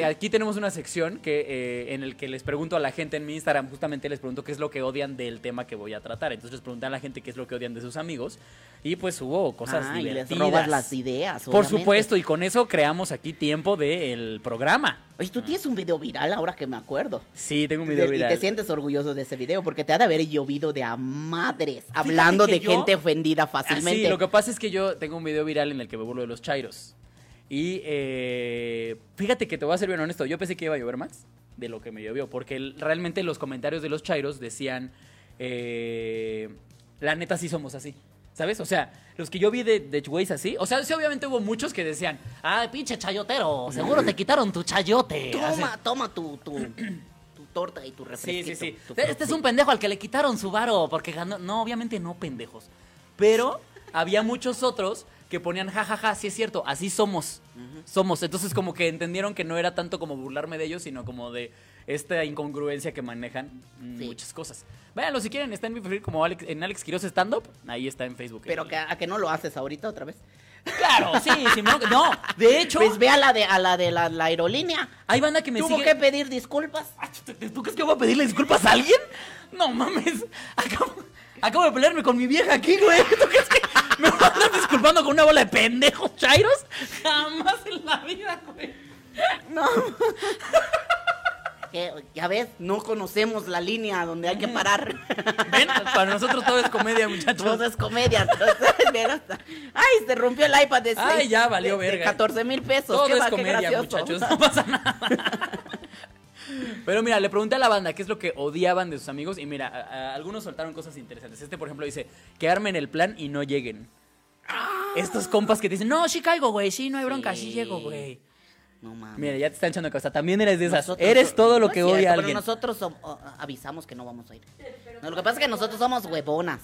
eh, aquí tenemos una sección que eh, en el que les pregunto a la gente en mi Instagram, justamente les pregunto qué es lo que odian del tema que voy a tratar. Entonces les pregunté a la gente qué es lo que odian de sus amigos. Y pues hubo cosas Ah, y divertidas. les robas las ideas. Por obviamente. supuesto, y con eso creamos aquí tiempo del programa. Oye, tú tienes un video viral ahora que me acuerdo. Sí, tengo un video Te- viral. Y te sientes orgulloso de ese video porque te ha de haber llovido de a madres hablando que de yo- gente ofendida Ah, fácilmente. sí, lo que pasa es que yo tengo un video viral en el que me burlo de los chairos. Y eh, fíjate que te voy a ser bien honesto, yo pensé que iba a llover más de lo que me llovió, porque el- realmente los comentarios de los chairos decían, eh, la neta sí somos así. ¿Sabes? O sea, los que yo vi de, de güeyes así, o sea, sí, obviamente hubo muchos que decían, ah, pinche chayotero, seguro te quitaron tu chayote. Así. Toma, toma tu, tu, tu torta y tu Sí, sí, refresquito. sí. tu Este es un pendejo al que le quitaron su varo porque ganó. No, obviamente no pendejos. Pero había muchos otros que ponían jajaja, ja, ja, sí es cierto, así somos. Somos. Entonces, como que entendieron que no era tanto como burlarme de ellos, sino como de esta incongruencia que manejan mm, Sí. muchas cosas. Váyanlo si quieren, está en mi perfil como Alex, en Alex Quiroz Stand Up. Ahí está en Facebook. Pero El- que, a que no lo haces ahorita otra vez. Claro, sí, sí, no, no. De hecho, Pues ve a la de, a la, de la, la aerolínea. hay banda que me Tuvo sigue. que pedir disculpas. Ay, ¿tú- tú- ¿Tú crees que voy a pedirle disculpas a alguien? No mames. Acabo, acabo de pelearme con mi vieja aquí, güey. ¿Tú crees que me voy a andar disculpando con una bola de pendejos chairos? Jamás en la vida, güey. Que, ya ves, no conocemos la línea donde hay que parar. Ven, para nosotros todo es comedia, muchachos. Todo es comedia. todo es- mira, hasta- Ay, se rompió el iPad de Ay, seis- ya valió de- de verga. 14 mil pesos. Todo Qué es va- qué comedia, gracioso. muchachos. No pasa nada. Pero mira, le pregunté a la banda qué es lo que odiaban de sus amigos y mira, a- a- algunos soltaron cosas interesantes. Este, por ejemplo, dice, que armen el plan y no lleguen. Estos compas que te dicen, no, sí caigo, güey, sí, no hay bronca, sí ¡Ah! Sí. llego, güey. No mames. Mira, ya te están echando cosa. También eres de esas. Nosotros- eres todo lo no que es odia cierto, a pero alguien. nosotros som- o- avisamos que no vamos a ir. No, lo que pasa es que nosotros somos huevonas.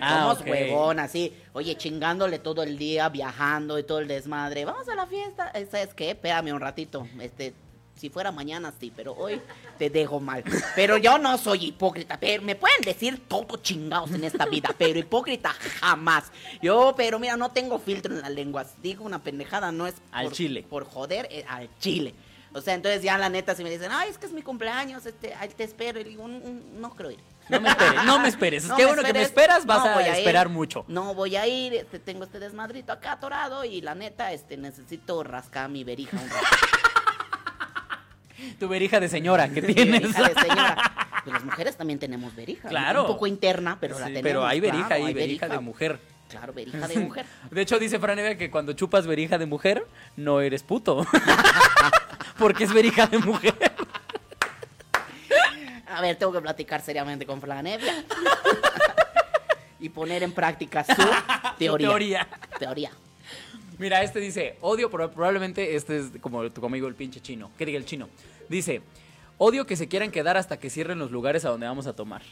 Ah, somos ok. huevonas, sí. Oye, chingándole todo el día, viajando y todo el desmadre. Vamos a la fiesta. Eh, ¿Sabes qué? Espérame un ratito. Este, si fuera mañana sí, pero hoy te dejo mal. Pero yo no soy hipócrita. Pero me pueden decir todo chingados en esta vida, pero hipócrita jamás. Yo, pero mira, no tengo filtro en las lenguas. Digo una pendejada, no es Al por- chile. por joder eh, al chile. O sea, entonces ya la neta, si me dicen, ay, es que es mi cumpleaños, este, ay, te espero, y digo, "Mm, mm, no creo ir. No me esperes, no me esperes. Es No que me bueno que me esperes, esperas, vas no a, voy ir, esperar mucho. No voy a ir, este, tengo este desmadrito acá atorado y la neta, este, necesito rascar mi verija un rato. Tu verija de señora que Mi tienes. verija de señora. Pues las mujeres también tenemos verija. ¿no? Claro. Un poco interna, pero la Sí, tenemos. pero hay verija, claro, hay verija de mujer. Claro, verija de mujer. De hecho, dice Franevia que cuando chupas verija de mujer, no eres puto. Porque es verija de mujer. A ver, tengo que platicar seriamente con Flanevia. y poner en práctica su teoría. teoría. Teoría. Mira, este dice, odio, proba- probablemente este es como tu amigo el pinche chino. Que diga el chino. Dice, odio que se quieran quedar hasta que cierren los lugares a donde vamos a tomar.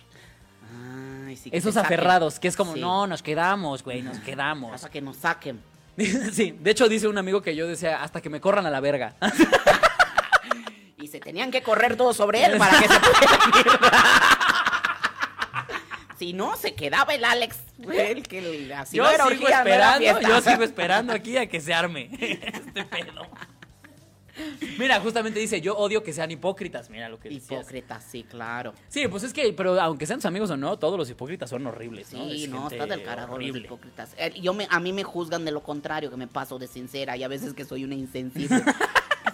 Ay, sí, que Esos te saquen. aferrados, que es como, Sí, no, nos quedamos, güey, nos quedamos. Hasta que nos saquen. sí, de hecho dice un amigo que yo decía, hasta que me corran a la verga. Y se tenían que correr todos sobre él para que se pudiera ir. si no, se quedaba el Alex. El que le- así yo no era sigo orgía, no era esperando, yo fiesta. sigo esperando aquí a que se arme este pedo. Mira, justamente dice, yo odio que sean hipócritas, mira lo que decías. Hipócrita, sí, claro. Sí, pues es que, pero aunque sean tus amigos o no, todos los hipócritas son horribles, ¿no? Sí, Es no, gente está del carajo los horrible. hipócritas. Eh, Yo me, a mí me juzgan de lo contrario, que me paso de sincera y a veces que soy una insensible.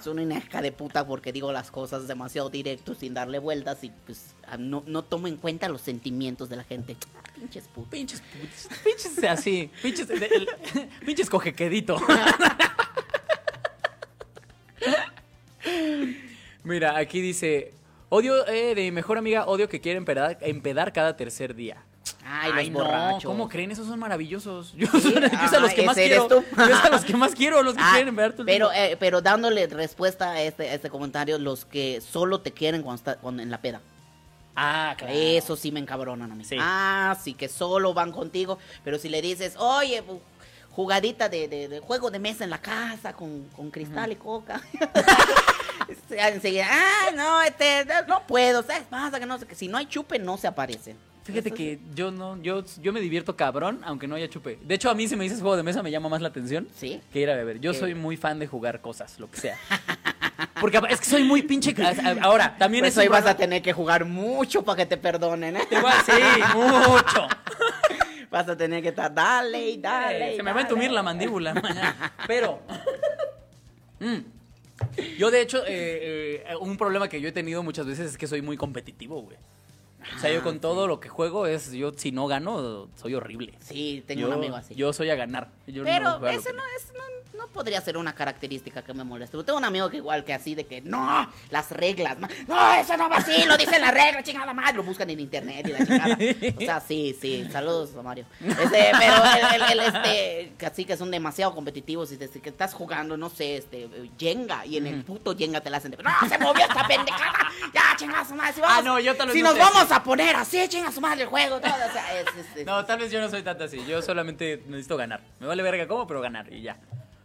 soy una hija de puta porque digo las cosas demasiado directo sin darle vueltas y pues ah, no, no tomo en cuenta los sentimientos de la gente. Ah, pinches putas. Pinches putos, pinches así, pinches, de- el- pinches cojequedito. Mira, aquí dice, odio eh, de mi mejor amiga, odio que quiere empedar, empedar cada tercer día. Ay, los no, borrachos. ¿Cómo creen? Esos son maravillosos. Yo, Sí, yo es a los ah, que más ese eres quiero. tú. Yo es a los que más quiero, los que Ah, quieren empedar todo el pero, tiempo. eh, pero dándole respuesta a este, a este comentario, los que solo te quieren cuando, está- cuando- en la peda. ah, claro. Eso sí me encabronan a mí. Sí. Ah, sí, que solo van contigo. Pero si le dices, oye, bu- jugadita de, de- de juego de mesa en la casa con, con cristal y coca. Se- Enseguida, ah, no, este, no- no puedo, ¿sabes? Pasa que no sé qué. Si no hay chupe, no se aparecen. Fíjate Eso que yo no, yo, yo me divierto cabrón, aunque no haya chupe. De hecho, a mí si me dices juego de mesa me llama más la atención Sí. que ir a beber. Yo Que- soy muy fan de jugar cosas, lo que sea. Porque es que soy muy pinche. a- a- Ahora, también Pues es un hoy vas a programa- tener que jugar mucho para que te perdonen, ¿eh? Te voy a- Sí, mucho. Vas a tener que estar, dale y dale. y Eh, Se me va a dale. entumir la mandíbula mañana. Pero. mm, Yo, de hecho, eh, eh, un problema que yo he tenido muchas veces es que soy muy competitivo, güey. O Ah, sea, yo con todo lo que juego es. Yo, si no gano, soy horrible. Sí, tengo yo, un amigo así. Yo soy a ganar. Yo Pero juego a lo eso que- no, es, no, no podría ser una característica que me moleste. Tengo un amigo que igual que así, de que no, las reglas, ma- no, eso no va así, lo dicen las reglas, chingada madre, lo buscan en internet y la chingada. O sea, sí, sí, saludos a Mario. Este, pero el, el- el, este, que así que son demasiado competitivos y desde que estás jugando, no sé, este, Jenga, y en el puto Jenga te la hacen de, no, se movió esta pendejada, ya, chingada su madre, si, vamos, Ah, no, yo tal vez si no nos sé. vamos a poner así, chingada su madre el juego, todo, o sea, es, es- es- No, tal vez yo no soy tanto así. Yo solamente necesito ganar. Me vale verga cómo, pero ganar y ya.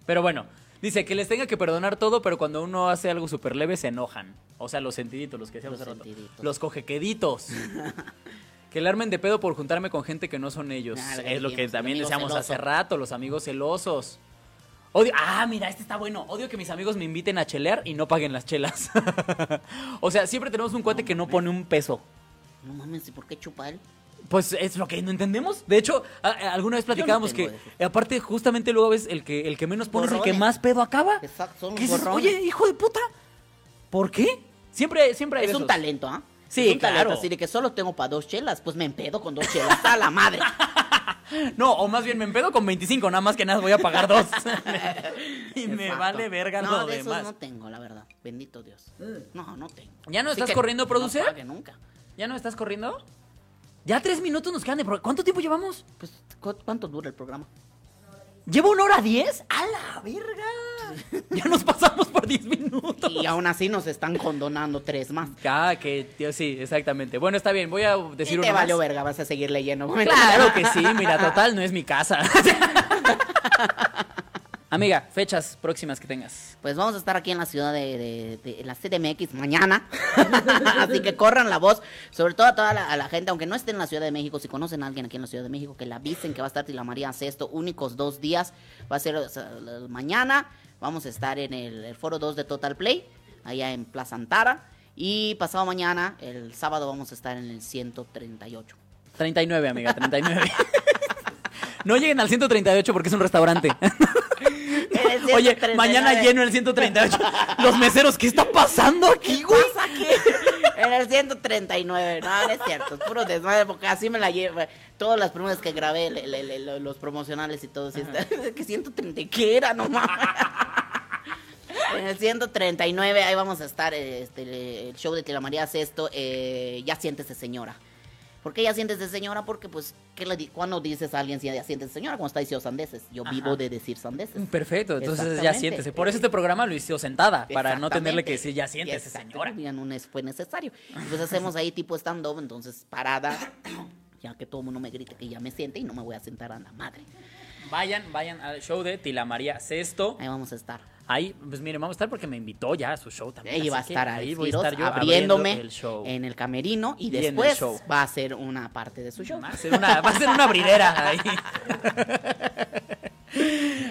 Pero bueno, dice que les tenga que perdonar todo, pero cuando uno hace algo súper leve se enojan. O sea, los sentiditos, los que decíamos Los hace rato. sentiditos. Los cojequeditos. que le armen de pedo por juntarme con gente que no son ellos. Ah, lo que es lo que dijimos, el también amigo decíamos hace celoso. rato, los amigos celosos. Odio, ah, mira, este está bueno. Odio que mis amigos me inviten a chelear y no paguen las chelas. o sea, siempre tenemos un cuate que no pone un peso. no mames, ¿y por qué chupa él? Pues es lo que no entendemos. De hecho, a- a- alguna vez platicábamos tengo que, aparte, justamente luego ves el que, el que menos pone es el que Borrones. más pedo acaba. Exacto, son ¿Qué dices? borrones. Oye, hijo de puta. ¿Por qué? Siempre, siempre hay Es un esos. talento, ¿ah? Sí, es un talento claro. así de que solo tengo para dos chelas, pues me empedo con dos chelas. ¡A la madre! No, o más bien me empedo con 25, nada más que nada voy a pagar dos. y me Exacto. vale verga no, lo de esos demás. Mm. no tengo, la verdad. Bendito Dios. No, no tengo. ¿Ya no Así estás que corriendo a no producir? pague nunca. ¿Ya no estás corriendo? Ya tres minutos nos quedan de pro- ¿Cuánto tiempo llevamos? Pues, ¿cu- ¿cuánto dura el programa? ¿Llevo una hora diez? ¡A la verga! ya nos pasamos por diez minutos. Y aún así nos están condonando tres más. Ah, que tío, sí, exactamente. Bueno, está bien, voy a decir y uno te valió más. verga, vas a seguir leyendo. Claro que sí, mira, total, no es mi casa. Amiga, fechas próximas que tengas. Pues vamos a estar aquí en la ciudad de, de- de la CDMX mañana. Así que corran la voz, sobre todo a toda la, a la gente, aunque no esté en la Ciudad de México, si conocen a alguien aquí en la Ciudad de México, que le avisen que va a estar Tila María Sexto, únicos dos días. Va a ser o sea, el- mañana, vamos a estar en el, el foro 2 de Total Play, allá en Plaza Antara. Y pasado mañana, el sábado, vamos a estar en el 138. 39, amiga, 39. No lleguen al 138 porque es un restaurante. Oye, mañana lleno el 138. Los meseros, ¿qué está pasando aquí, güey? pasa aquí? En el 139. No, no es cierto. Es puro desmadre, porque así me la llevo. Todas las primeras que grabé, le- le- le- lo- los promocionales y todo. sí está- que 130, ¿qué era? No mames. En el 139, ahí vamos a estar. eh, Este, el show de Tila María Sexto. Eh, ya siéntese, señora. ¿Por qué ya siéntese, señora? Porque, pues, ¿qué le di- ¿cuándo dices a alguien si ya siéntese, señora? Cuando está diciendo sandeces. Yo vivo de decir sandeces. Perfecto, entonces ya Exactamente. siéntese. Por eso este programa lo hizo sentada, para no tenerle que decir ya Exactamente. siéntese, señora. Exactamente, ya no es- fue necesario. Y pues hacemos ahí tipo stand-up, entonces parada, ya que todo el mundo me grite que ya me siente y no me voy a sentar a la madre. Vayan, vayan al show de Tila María Sexto. Ahí vamos a estar. Ahí, pues miren, vamos a estar porque me invitó ya a su show también. Ella va a así que estar ahí, voy a estar yo abriéndome abriendo el show. en el camerino y Y en el después show. va a ser una parte de su show. Va a ser una, va a ser una abridera ahí.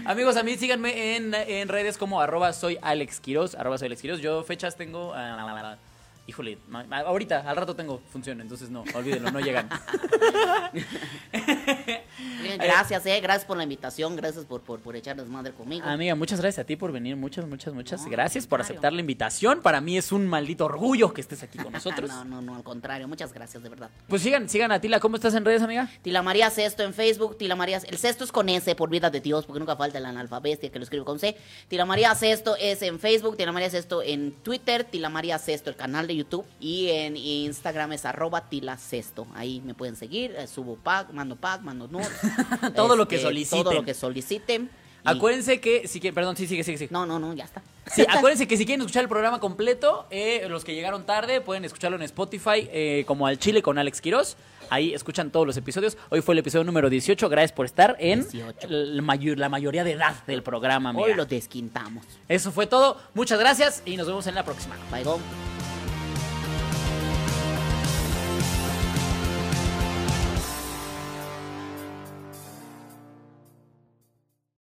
Amigos, a mí síganme en, en redes como arroba soy Alex Quiroz, arroba soy Alex Quiroz. Yo fechas tengo... ah, Híjole, ma- ma- ahorita, al rato tengo función, entonces no, olvídenlo, no llegan. Bien, Gracias, eh, gracias por la invitación, gracias por, por, por echarles madre conmigo. Amiga, muchas gracias a ti por venir, muchas, muchas, muchas No, gracias al por contrario. aceptar la invitación. Para mí es un maldito orgullo que estés aquí con nosotros. Ah, No, no, no, al contrario, muchas gracias, de verdad. Pues sigan, sigan a Tila. ¿Cómo estás en redes, amiga? Tila María Sexto en Facebook, Tila María, el sexto es con S, por vida de Dios, porque nunca falta el analfabestia que lo escribe con C. Tila María Sexto es en Facebook, Tila María Sexto en Twitter, Tila María Sexto el canal de YouTube y en Instagram es arroba Tila Sexto. Ahí me pueden seguir, eh, subo pack, mando pack, mando nudes. Este, Todo lo que Todo soliciten. lo que soliciten. Y- Acuérdense que si quieren, perdón, sí, sigue, sigue, sigue. No, no, no, ya está. Sí, acuérdense que si quieren escuchar el programa completo, eh, los que llegaron tarde pueden escucharlo en Spotify eh, como al Chile con Alex Quiroz. Ahí escuchan todos los episodios. Hoy fue el episodio número 18. Gracias por estar en 18. el mayor- la mayoría de edad del programa, Hoy amiga. lo desquintamos. Eso fue todo. Muchas gracias y nos vemos en la próxima. Bye, go.